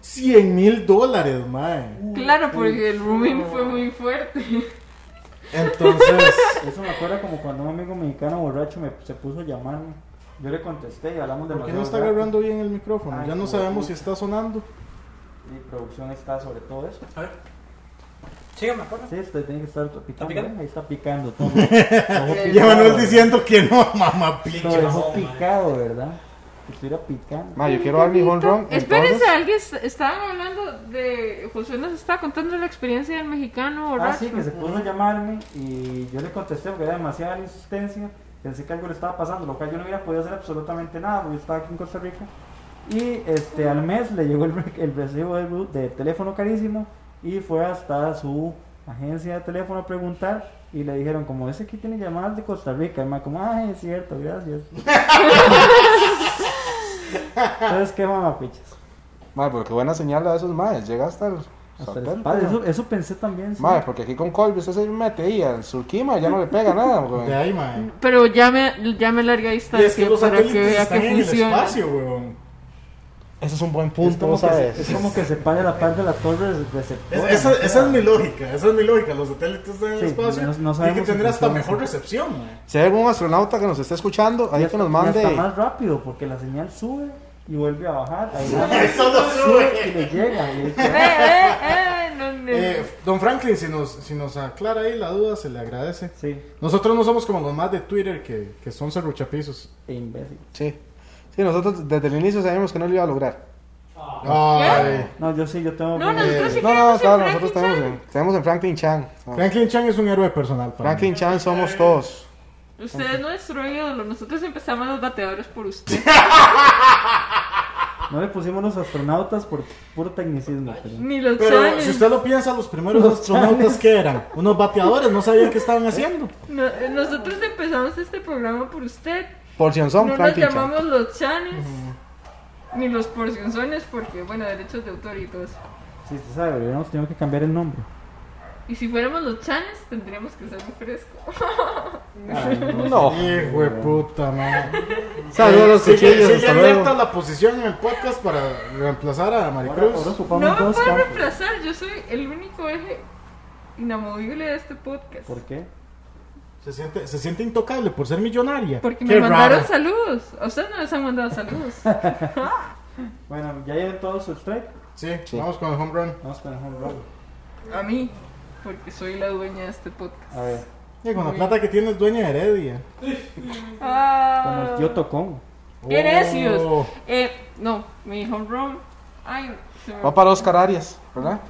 [SPEAKER 4] 100 mil dólares, Mike.
[SPEAKER 3] Claro, porque el rooming fue muy fuerte.
[SPEAKER 4] Entonces...
[SPEAKER 1] Eso me acuerda como cuando un amigo mexicano borracho me, se puso a llamarme. Yo le contesté y hablamos de
[SPEAKER 4] ¿Por qué no está agarrando bien el micrófono?
[SPEAKER 1] Ay,
[SPEAKER 4] ya no
[SPEAKER 1] como
[SPEAKER 4] sabemos si
[SPEAKER 1] puta.
[SPEAKER 4] está sonando.
[SPEAKER 1] Mi producción está sobre todo eso.
[SPEAKER 5] A ver. Síganme, por favor.
[SPEAKER 1] Sí, usted tiene que estar picando.
[SPEAKER 5] picando?
[SPEAKER 1] ¿eh? Ahí está picando todo.
[SPEAKER 3] Eh,
[SPEAKER 4] Ya Manuel diciendo que no, [LAUGHS] mamá,
[SPEAKER 1] Lo
[SPEAKER 4] pinche.
[SPEAKER 1] dejó
[SPEAKER 5] no, man.
[SPEAKER 1] picado, ¿verdad? Que estuviera picando.
[SPEAKER 2] Ma, yo quiero dar mi home run.
[SPEAKER 3] Espérense,
[SPEAKER 2] entonces.
[SPEAKER 3] alguien est- estaban hablando de. Josué nos estaba contando la experiencia del mexicano
[SPEAKER 1] Ah,
[SPEAKER 3] borracho.
[SPEAKER 1] sí, que se puso a llamarme y yo le contesté porque era demasiada la insistencia. Pensé que algo le estaba pasando, lo cual yo no hubiera podido hacer absolutamente nada porque yo estaba aquí en Costa Rica. Y este, al mes le llegó el, re- el recibo del, bu- del teléfono carísimo y fue hasta su agencia de teléfono a preguntar y le dijeron como ese aquí tiene llamadas de Costa Rica y más como ay es cierto gracias entonces qué mamapichas
[SPEAKER 2] Madre, pero qué buena señal a esos madres. Llega hasta el.
[SPEAKER 1] Hasta
[SPEAKER 2] satélite,
[SPEAKER 1] el espalda.
[SPEAKER 2] ¿no?
[SPEAKER 1] eso, eso pensé también sí.
[SPEAKER 2] Madre, porque aquí con Colby usted se mete ahí al Surquima ya no le pega nada. güey.
[SPEAKER 4] De ahí, mae.
[SPEAKER 3] Pero llame, llame a larga
[SPEAKER 4] Y
[SPEAKER 3] distancia
[SPEAKER 4] es que los
[SPEAKER 3] para Mm, que
[SPEAKER 4] satélites
[SPEAKER 3] vea
[SPEAKER 4] están
[SPEAKER 3] que
[SPEAKER 4] en el
[SPEAKER 3] funciona.
[SPEAKER 4] espacio, weón.
[SPEAKER 2] Ese es un buen
[SPEAKER 1] es
[SPEAKER 2] punto,
[SPEAKER 1] como, que
[SPEAKER 2] ¿sabes?
[SPEAKER 1] se, es como que se pare a la par de la torre de
[SPEAKER 4] Es-
[SPEAKER 1] receptor
[SPEAKER 4] esa, esa es mi lógica, esa es mi lógica. Los satélites están en el
[SPEAKER 1] Sí,
[SPEAKER 4] espacio
[SPEAKER 1] no- no
[SPEAKER 4] y que
[SPEAKER 1] sabemos si
[SPEAKER 4] tener hasta
[SPEAKER 1] funciona.
[SPEAKER 4] mejor recepción,
[SPEAKER 2] [LAUGHS]
[SPEAKER 4] mae.
[SPEAKER 2] Si hay algún astronauta que nos esté escuchando, ahí que nos mande.
[SPEAKER 1] está más rápido porque la señal sube y vuelve a bajar ahí va,
[SPEAKER 4] Eso no
[SPEAKER 1] y le llega y
[SPEAKER 3] [LAUGHS] Eh, eh, eh, no, no.
[SPEAKER 4] Eh, don Franklin, si nos, si nos aclara ahí la duda, se le agradece.
[SPEAKER 1] sí
[SPEAKER 4] Nosotros no somos como los más de Twitter que, que son cerruchapizos.
[SPEAKER 1] e imbécil
[SPEAKER 2] Sí. Sí, nosotros desde el inicio sabíamos que no lo iba a lograr.
[SPEAKER 4] Ay.
[SPEAKER 1] no yo sí yo tengo
[SPEAKER 4] eh,
[SPEAKER 3] No, nosotros sí
[SPEAKER 2] No,
[SPEAKER 3] creemos
[SPEAKER 2] no, claro,
[SPEAKER 3] en Frankie
[SPEAKER 2] nosotros tenemos en, tenemos en Franklin Chan. No,
[SPEAKER 4] Franklin Chan es un héroe personal para
[SPEAKER 2] Franklin Chan somos todos.
[SPEAKER 3] Chan. Usted es nuestro ídolo, nosotros empezamos los bateadores por
[SPEAKER 4] [LAUGHS]
[SPEAKER 3] usted.
[SPEAKER 1] no le pusimos los astronautas por puro tecnicismo pero-
[SPEAKER 3] Ni los
[SPEAKER 4] mí. Pero
[SPEAKER 3] chales.
[SPEAKER 4] si usted lo piensa, los primeros astronautas que eran, unos bateadores, no sabían qué estaban haciendo.
[SPEAKER 3] No, eh, nosotros empezamos este programa por usted.
[SPEAKER 2] Porción
[SPEAKER 3] No
[SPEAKER 2] son
[SPEAKER 3] nos
[SPEAKER 2] Franklin Chan.
[SPEAKER 3] llamamos los chanes. Ni los porcionzones porque, bueno, derechos de autor y todo eso.
[SPEAKER 1] sí usted sabe hubiéramos tenido que cambiar el nombre
[SPEAKER 3] Y si fuéramos los chanes, tendríamos que ser muy fresco.
[SPEAKER 2] No.
[SPEAKER 4] Hijo de puta, man.
[SPEAKER 2] Saludos a los
[SPEAKER 4] Sigue-
[SPEAKER 2] cuchillos,
[SPEAKER 4] sigue
[SPEAKER 2] hasta
[SPEAKER 4] abierta
[SPEAKER 2] luego.
[SPEAKER 4] la posición en el podcast para reemplazar a
[SPEAKER 1] ahora,
[SPEAKER 4] Maricruz.
[SPEAKER 1] ahora
[SPEAKER 3] No
[SPEAKER 1] ocupamos
[SPEAKER 3] me
[SPEAKER 1] dos
[SPEAKER 3] pueden
[SPEAKER 1] campos.
[SPEAKER 3] reemplazar, yo soy el único eje inamovible de este podcast.
[SPEAKER 1] ¿por qué?
[SPEAKER 4] Se siente, se siente intocable por ser millonaria.
[SPEAKER 3] Porque
[SPEAKER 4] Qué
[SPEAKER 3] me mandaron
[SPEAKER 4] raro.
[SPEAKER 3] saludos. A ustedes no les han mandado saludos.
[SPEAKER 1] [LAUGHS] bueno ya lleven todos su strike
[SPEAKER 4] Sí, vamos con el home run.
[SPEAKER 1] vamos con el home run
[SPEAKER 3] A mí. Porque soy la dueña de este podcast.
[SPEAKER 1] a ver
[SPEAKER 4] Y con la plata que tienes, dueña de Heredia.
[SPEAKER 1] como el
[SPEAKER 3] Ah,
[SPEAKER 1] tío Tocón
[SPEAKER 3] ¡Qué necios!
[SPEAKER 4] Oh.
[SPEAKER 3] Eh, no, mi home run. Ay, se me...
[SPEAKER 2] Va para Oscar Arias, ¿verdad?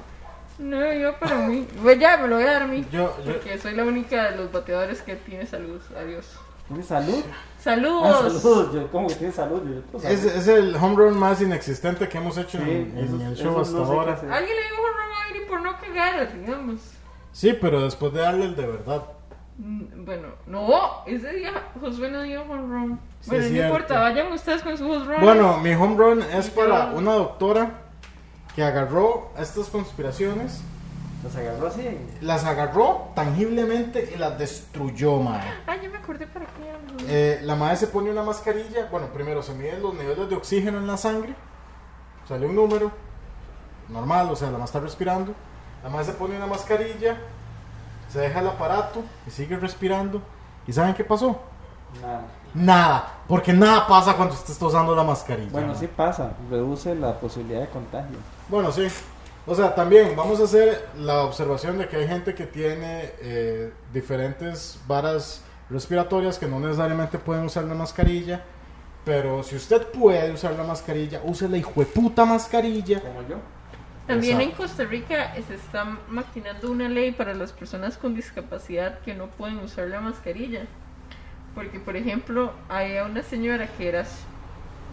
[SPEAKER 3] No, yo para mí. Pues ya, me lo voy a dar a mí.
[SPEAKER 4] Yo, yo,
[SPEAKER 3] Porque soy la única de los bateadores que tiene salud. Adiós.
[SPEAKER 1] ¿tiene salud? Ah,
[SPEAKER 3] ¡Saludos!
[SPEAKER 1] saludos yo como que tiene salud yo otro
[SPEAKER 4] es,
[SPEAKER 1] salud.
[SPEAKER 4] es el home run más inexistente que hemos hecho
[SPEAKER 1] Sí,
[SPEAKER 4] en, en
[SPEAKER 1] esos-
[SPEAKER 4] el
[SPEAKER 1] esos
[SPEAKER 4] show
[SPEAKER 1] no
[SPEAKER 4] hasta
[SPEAKER 1] sé qué
[SPEAKER 4] ahora.
[SPEAKER 1] hacer.
[SPEAKER 3] Alguien le dio home run a Agri por no cagar, pues, digamos.
[SPEAKER 4] Sí, pero después de darle el de verdad.
[SPEAKER 3] Mm, Bueno, no, ese día Josué no dio home run.
[SPEAKER 4] Sí,
[SPEAKER 3] Bueno,
[SPEAKER 4] es
[SPEAKER 3] no
[SPEAKER 4] cierto.
[SPEAKER 3] importa, vayan ustedes con su home run.
[SPEAKER 4] Bueno, mi home run es
[SPEAKER 3] Yo-
[SPEAKER 4] para una doctora que agarró estas conspiraciones,
[SPEAKER 1] los agarró así
[SPEAKER 4] las agarró tangiblemente y las destruyó, madre.
[SPEAKER 3] Ah, ya me acordé para qué. era, ¿no?
[SPEAKER 4] Eh, la madre se pone una mascarilla. Bueno, primero se miden los niveles de oxígeno en la sangre. Sale un número normal, o sea, la madre está respirando. La madre se pone una mascarilla, se deja el aparato y sigue respirando. ¿Y saben qué pasó?
[SPEAKER 1] nada
[SPEAKER 4] Nada, porque nada pasa cuando usted está usando la mascarilla.
[SPEAKER 1] Bueno,
[SPEAKER 4] ¿no?
[SPEAKER 1] sí pasa, reduce la posibilidad de contagio.
[SPEAKER 4] Bueno, sí. O sea, también vamos a hacer la observación de que hay gente que tiene eh, diferentes varas respiratorias que no necesariamente pueden usar la mascarilla. Pero si usted puede usar la mascarilla, use la hijueputa mascarilla.
[SPEAKER 1] Como yo.
[SPEAKER 3] También en
[SPEAKER 4] Exacto.
[SPEAKER 3] Costa Rica se está maquinando una ley para las personas con discapacidad que no pueden usar la mascarilla. Porque, por ejemplo, hay a una señora que, era, s-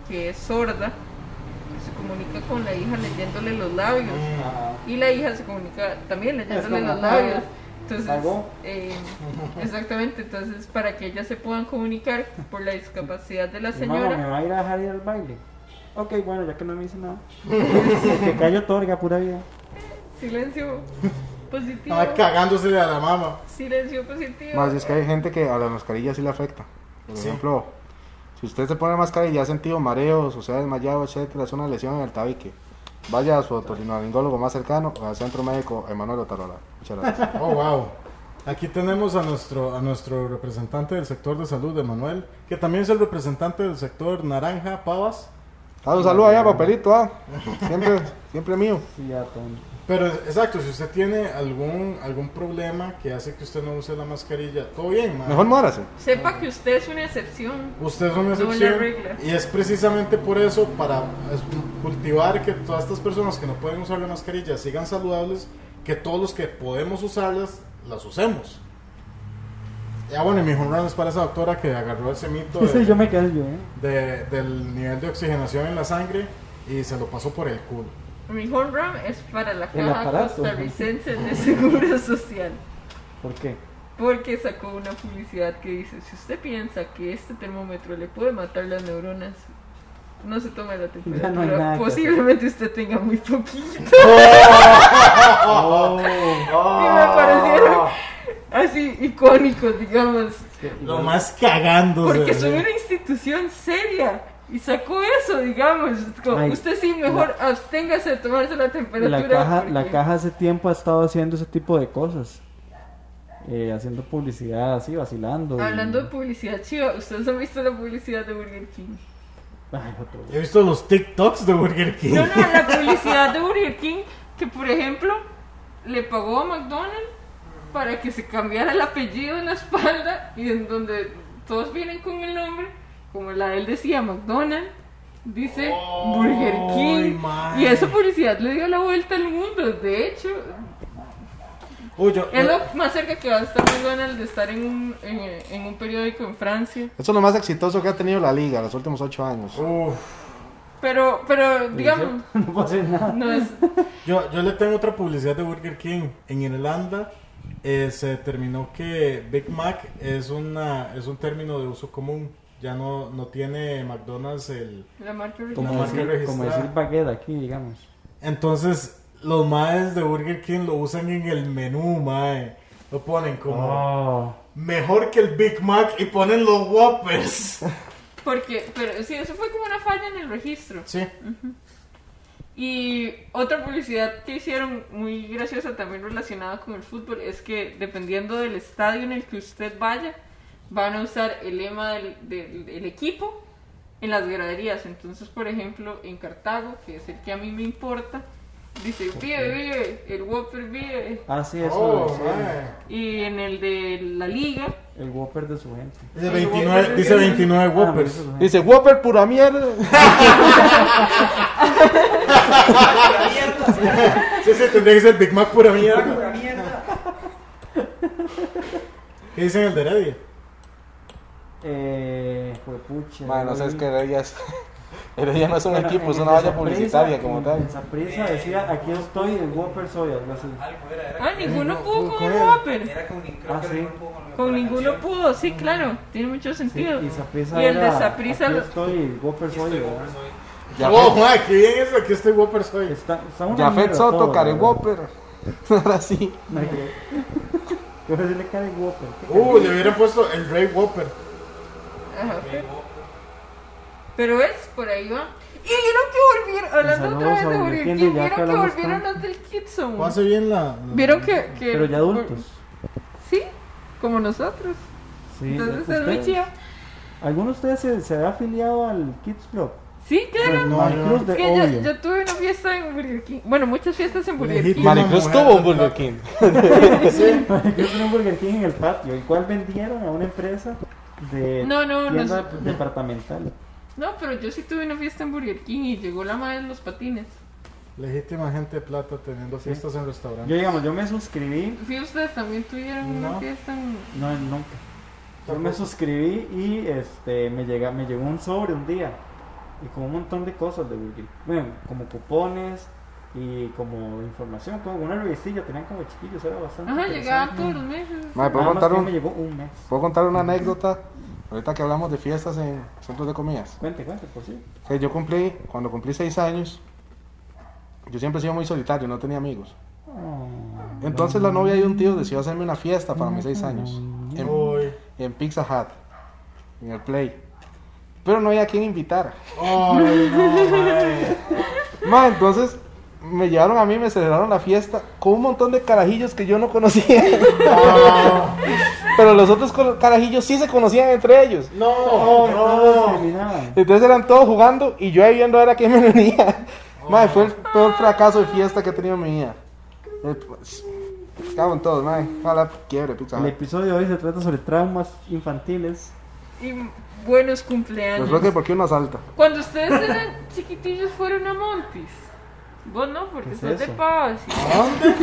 [SPEAKER 3] que es sorda, que se comunica con la hija leyéndole los labios.
[SPEAKER 1] Ajá.
[SPEAKER 3] Y la hija se comunica también leyéndole
[SPEAKER 1] como, ah,
[SPEAKER 3] los labios. Entonces,
[SPEAKER 1] ¿algo?
[SPEAKER 3] eh,
[SPEAKER 1] [LAUGHS]
[SPEAKER 3] exactamente, entonces para que ellas se puedan comunicar por la discapacidad de la
[SPEAKER 1] Mi mamá, ¿me
[SPEAKER 3] señora.
[SPEAKER 1] va a ir a dejar ir al baile? Ok, bueno, ya que no me dice
[SPEAKER 4] [LAUGHS]
[SPEAKER 1] nada. que callo otorga, pura vida. [LAUGHS]
[SPEAKER 3] Silencio positivo.
[SPEAKER 4] Estaba cagándose a la mama.
[SPEAKER 3] Silencio positivo.
[SPEAKER 2] Más es que hay gente que a la mascarilla sí le afecta. Por
[SPEAKER 4] Sí.
[SPEAKER 2] ejemplo, si usted se pone mascarilla y ha sentido mareos, o sea, desmayado, etcétera, es una lesión en el tabique. Vaya a su otorrinolaringólogo más cercano o al centro médico Emanuel Otarola. Muchas gracias.
[SPEAKER 4] Oh, wow. Aquí tenemos a nuestro, a nuestro representante del sector de salud, Emanuel, que también es el representante del sector naranja, pavas.
[SPEAKER 2] Ah, un saludo allá, papelito, ah. Siempre, siempre mío.
[SPEAKER 1] Sí, ya, tonto.
[SPEAKER 4] Pero exacto, si usted tiene algún algún problema que hace que usted no use la mascarilla, todo bien, ma.
[SPEAKER 2] Mejor muérase.
[SPEAKER 3] Sepa que usted es una excepción.
[SPEAKER 4] Usted es una
[SPEAKER 3] No es la
[SPEAKER 4] excepción
[SPEAKER 3] regla.
[SPEAKER 4] y es precisamente por eso para es- cultivar que todas estas personas que no pueden usar la mascarilla sigan saludables, que todos los que podemos usarlas las usemos. Ya bueno, y mi home run es para esa doctora que agarró ese mito de-
[SPEAKER 1] Sí, yo me quedé yo, ¿eh?
[SPEAKER 4] de- del nivel de oxigenación en la sangre y se lo pasó por el culo.
[SPEAKER 3] Mi home run es para la
[SPEAKER 1] El
[SPEAKER 3] caja
[SPEAKER 1] aparato.
[SPEAKER 3] costarricense de
[SPEAKER 1] [LAUGHS]
[SPEAKER 3] seguro social.
[SPEAKER 1] ¿Por qué?
[SPEAKER 3] Porque sacó una publicidad que dice, si usted piensa que este termómetro le puede matar las neuronas, no se tome la temperatura.
[SPEAKER 1] no hay nada que
[SPEAKER 3] Posiblemente usted tenga
[SPEAKER 1] [LAUGHS]
[SPEAKER 3] muy poquito.
[SPEAKER 1] Oh.
[SPEAKER 3] Y me parecieron así icónicos, digamos.
[SPEAKER 4] Lo más cagando.
[SPEAKER 3] Porque son una institución seria. Y sacó eso, digamos. Como,
[SPEAKER 1] Ay,
[SPEAKER 3] usted sí, mejor absténgase de tomarse la temperatura.
[SPEAKER 1] La caja, la
[SPEAKER 3] porque-
[SPEAKER 1] caja hace tiempo ha estado haciendo ese tipo de cosas. Eh, haciendo publicidad así, vacilando. y-
[SPEAKER 3] Hablando de publicidad chiva, ¿ustedes han visto la publicidad de Burger King?
[SPEAKER 1] Ay, otro.
[SPEAKER 4] He visto los TikToks de Burger King.
[SPEAKER 3] No, no, la publicidad de Burger King que, por ejemplo, le pagó a McDonald's para que se cambiara el apellido en la espalda y en donde todos vienen con el nombre, como la de él decía McDonald's, dice Burger King.
[SPEAKER 4] mae.
[SPEAKER 3] Y esa publicidad le dio la vuelta al mundo, de hecho.
[SPEAKER 4] Uy, yo-
[SPEAKER 3] Es lo más cerca que va a estar McDonald's de estar en un, en, en un periódico en Francia.
[SPEAKER 2] Eso es lo más exitoso que ha tenido la liga en los últimos ocho años.
[SPEAKER 4] Uf.
[SPEAKER 3] Pero, pero, digamos,
[SPEAKER 1] [LAUGHS] No puedo hacer nada.
[SPEAKER 3] no es...
[SPEAKER 4] Yo, yo le tengo otra publicidad de Burger King. En Irlanda eh, se determinó que Big Mac es, una, es un término de uso común. Ya no, no tiene McDonald's el...
[SPEAKER 3] La marca
[SPEAKER 1] Como
[SPEAKER 4] La marca
[SPEAKER 1] decir, como
[SPEAKER 4] registrada.
[SPEAKER 1] decir baguette aquí, digamos.
[SPEAKER 4] Entonces, los maes de Burger King lo usan en el menú, mae. Lo ponen
[SPEAKER 1] Ah.
[SPEAKER 4] como mejor que el Big Mac y ponen los Whoppers.
[SPEAKER 1] [LAUGHS]
[SPEAKER 3] Porque, pero sí, eso fue como una falla en el registro.
[SPEAKER 4] Sí.
[SPEAKER 3] Y otra publicidad que hicieron muy graciosa también relacionada con el fútbol es que dependiendo del estadio en el que usted vaya, van a usar el lema del, del- del equipo en las graderías. Entonces, por ejemplo, en Cartago, que es el que a mí me importa, dice, vive, vive, el Whopper vive.
[SPEAKER 1] Ah, sí, eso.
[SPEAKER 4] Oh,
[SPEAKER 1] sí.
[SPEAKER 4] mae.
[SPEAKER 3] Y en el de la liga,
[SPEAKER 1] El Whopper de su gente.
[SPEAKER 4] Dice 29, dice 29
[SPEAKER 1] Ah, pero eso
[SPEAKER 4] Whoppers.
[SPEAKER 1] es una-
[SPEAKER 2] Dice, Whopper pura mierda.
[SPEAKER 5] Pura mierda,
[SPEAKER 4] Sí, sí, tendría que ser Big Mac pura mierda.
[SPEAKER 5] pura mierda.
[SPEAKER 4] ¿Qué dicen el de Heredia?
[SPEAKER 1] Eh, juepucha.
[SPEAKER 2] Bueno, no sé, es
[SPEAKER 1] hoy-
[SPEAKER 2] que Heredia es... Heredia no es un
[SPEAKER 1] Bueno,
[SPEAKER 2] equipo, es
[SPEAKER 1] en
[SPEAKER 2] una
[SPEAKER 1] Saprissa-
[SPEAKER 2] valla publicitaria como
[SPEAKER 1] en-
[SPEAKER 2] tal.
[SPEAKER 1] En Saprissa decía, aquí estoy, el Whopper soy, algo así.
[SPEAKER 5] Algo era, era.
[SPEAKER 3] ah, ninguno
[SPEAKER 4] no,
[SPEAKER 3] pudo
[SPEAKER 4] ¿con
[SPEAKER 3] con el
[SPEAKER 4] cuál?
[SPEAKER 3] Whopper.
[SPEAKER 5] Era con ni- creo
[SPEAKER 1] Ah,
[SPEAKER 5] que
[SPEAKER 1] sí.
[SPEAKER 5] era con- con-
[SPEAKER 3] Con
[SPEAKER 5] la
[SPEAKER 3] ninguno
[SPEAKER 5] canción.
[SPEAKER 3] pudo, sí, claro, tiene mucho
[SPEAKER 1] Sí,
[SPEAKER 3] sentido.
[SPEAKER 1] y Saprissa
[SPEAKER 3] Y el de
[SPEAKER 1] era,
[SPEAKER 3] Saprissa
[SPEAKER 1] Aquí
[SPEAKER 3] lo-
[SPEAKER 1] estoy, el Whopper
[SPEAKER 5] Aquí
[SPEAKER 1] soy.
[SPEAKER 5] estoy,
[SPEAKER 1] ¿verdad?
[SPEAKER 5] Whopper, soy.
[SPEAKER 2] Ya
[SPEAKER 4] oh,
[SPEAKER 2] fue-
[SPEAKER 4] mae, qué bien eso, aquí estoy Whopper soy.
[SPEAKER 1] Está, está una
[SPEAKER 2] Jafet
[SPEAKER 1] mierda
[SPEAKER 2] Soto,
[SPEAKER 1] todo,
[SPEAKER 2] Karen
[SPEAKER 1] ¿verdad?
[SPEAKER 2] Whopper. [LAUGHS] Ahora sí.
[SPEAKER 1] No, que- Yo voy a decirle Karen Whopper. ¿qué?
[SPEAKER 4] Uh, le hubieran puesto el Rey Whopper.
[SPEAKER 3] Ajá, pero- Pero es, por ahí va. Y vieron que volvieron, hablando otra
[SPEAKER 1] saludos a
[SPEAKER 3] vez de Burger
[SPEAKER 1] Burger
[SPEAKER 3] King,
[SPEAKER 1] King, ya
[SPEAKER 3] vieron
[SPEAKER 1] que
[SPEAKER 3] que
[SPEAKER 1] hablamos
[SPEAKER 3] volvieron
[SPEAKER 1] tanto.
[SPEAKER 3] los del Kitson.
[SPEAKER 4] Pase bien la.
[SPEAKER 3] Vieron que, que-
[SPEAKER 1] Pero ya adultos.
[SPEAKER 3] Sí, como nosotros.
[SPEAKER 1] Sí,
[SPEAKER 3] Entonces
[SPEAKER 1] ya
[SPEAKER 3] es muy
[SPEAKER 1] ustedes-
[SPEAKER 3] chido.
[SPEAKER 1] ¿Alguno de ustedes se, se había afiliado al Kids Club?
[SPEAKER 3] Sí, claro.
[SPEAKER 4] No, yo-
[SPEAKER 1] Cruz de
[SPEAKER 3] Es que yo,
[SPEAKER 1] Odio.
[SPEAKER 3] yo tuve una fiesta en Burger King. Bueno, muchas fiestas en Burger
[SPEAKER 4] Legítimo.
[SPEAKER 3] King.
[SPEAKER 2] Maricruz
[SPEAKER 4] mujer
[SPEAKER 2] tuvo un
[SPEAKER 4] de
[SPEAKER 2] Burger
[SPEAKER 4] plata.
[SPEAKER 2] King.
[SPEAKER 1] Yo tenía un Burger King en el patio, el cual vendieron a una empresa de
[SPEAKER 3] No, no, no
[SPEAKER 1] tienda
[SPEAKER 3] es-
[SPEAKER 1] departamental.
[SPEAKER 3] No, pero yo sí tuve una fiesta en Burger King y llegó la madre de los patines.
[SPEAKER 4] Legítima gente de plata teniendo fiestas en
[SPEAKER 1] Yo,
[SPEAKER 4] restaurantes.
[SPEAKER 1] digamos, yo me suscribí,
[SPEAKER 3] Sí, ustedes también tuvieron una
[SPEAKER 4] No.
[SPEAKER 3] fiesta en...
[SPEAKER 1] no, nunca. Yo me suscribí y este me llega, me llegó un sobre un día y con un montón de cosas de Burger King. Bueno, como cupones y como información, como una revistilla, tenían como chiquillos, era bastante.
[SPEAKER 3] Ajá,
[SPEAKER 1] interesante.
[SPEAKER 3] llegaban todos los meses.
[SPEAKER 2] Mae,
[SPEAKER 1] Nada
[SPEAKER 2] ¿puedo
[SPEAKER 1] más
[SPEAKER 2] contar,
[SPEAKER 1] que
[SPEAKER 2] un-
[SPEAKER 1] me llegó un mes.
[SPEAKER 2] puedo contar una anécdota? Ahorita que hablamos de fiestas en centros de comidas.
[SPEAKER 1] Cuente, cuente, por sí.
[SPEAKER 2] Que yo cumplí, cuando cumplí seis años, yo siempre he sido muy solitario, no tenía amigos. Entonces la novia de un tío decidió hacerme una fiesta para mis seis años. En,
[SPEAKER 4] Uy.
[SPEAKER 2] en Pizza Hut, en el Play. Pero no había a quién invitar.
[SPEAKER 4] Ay, no, mae.
[SPEAKER 2] Ma, entonces me llevaron a mí, me celebraron la fiesta con un montón de carajillos que yo no conocía.
[SPEAKER 4] [LAUGHS]
[SPEAKER 2] Pero los otros co- carajillos sí se conocían entre ellos.
[SPEAKER 4] No, no.
[SPEAKER 1] Terminaba.
[SPEAKER 2] Entonces eran todos jugando y yo ahí viendo a ver a quién [LAUGHS] me venía. Madre, fue el peor fracaso de fiesta que he tenido en mi vida. El- Cago en todos, madre. Ojalá quiebre, pizza.
[SPEAKER 1] El episodio de hoy se trata sobre traumas infantiles.
[SPEAKER 3] Y buenos cumpleaños.
[SPEAKER 2] Los bloques porque uno asalta.
[SPEAKER 3] Cuando ustedes eran chiquitillos fueron a Montis. Vos no, porque
[SPEAKER 1] ¿Qué es
[SPEAKER 3] sos de
[SPEAKER 1] eso?
[SPEAKER 3] Pavas.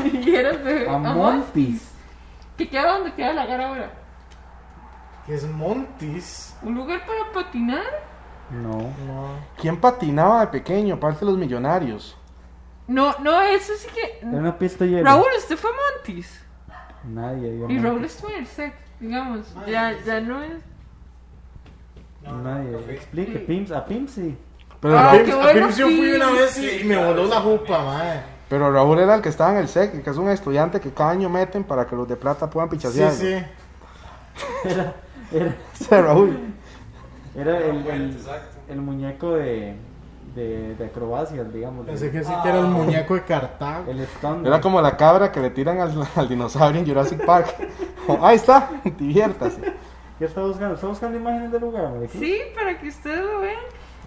[SPEAKER 3] Y, [LAUGHS] y eras de
[SPEAKER 1] A Montis.
[SPEAKER 3] Que queda donde queda la gara ahora.
[SPEAKER 4] Que es Montis.
[SPEAKER 3] Un lugar para patinar.
[SPEAKER 1] No.
[SPEAKER 4] No.
[SPEAKER 2] ¿Quién patinaba de pequeño? Aparte de los millonarios.
[SPEAKER 3] No, no, eso sí que.
[SPEAKER 1] Era una pista llena.
[SPEAKER 3] Mm. Raúl, usted fue a Montis.
[SPEAKER 1] Nadie. dio
[SPEAKER 3] Y
[SPEAKER 1] monte.
[SPEAKER 3] Raúl estuvo en el set, digamos. Ya, ya no es.
[SPEAKER 1] Nadie. Explique.
[SPEAKER 3] Sí.
[SPEAKER 1] Pims, a Pims sí.
[SPEAKER 2] Pero,
[SPEAKER 3] Ah,
[SPEAKER 2] Raúl,
[SPEAKER 3] qué
[SPEAKER 4] A
[SPEAKER 3] bueno,
[SPEAKER 4] Pips yo fui
[SPEAKER 3] sí.
[SPEAKER 4] una vez y, y me voló la jupa, madre.
[SPEAKER 2] pero Raúl era el que estaba en el SEC, que es un estudiante que cada año meten para que los de plata puedan
[SPEAKER 4] Sí,
[SPEAKER 2] pichasear. [LAUGHS]
[SPEAKER 4] sí.
[SPEAKER 1] Era, era,
[SPEAKER 2] Ese Raúl.
[SPEAKER 1] era
[SPEAKER 4] Ah,
[SPEAKER 1] el, el, el muñeco de, de, de acrobacias, digamos. de-
[SPEAKER 4] Pensé que sí que
[SPEAKER 5] Ah.
[SPEAKER 4] era el muñeco de Cartago.
[SPEAKER 1] El stand.
[SPEAKER 2] Era como la cabra que le tiran al, [LAUGHS] al dinosaurio en Jurassic Park. [LAUGHS] Como, ahí está, [LAUGHS] diviértase.
[SPEAKER 1] ¿Qué está buscando? ¿Está buscando imágenes del lugar? marica?
[SPEAKER 3] Sí, para que ustedes lo vean.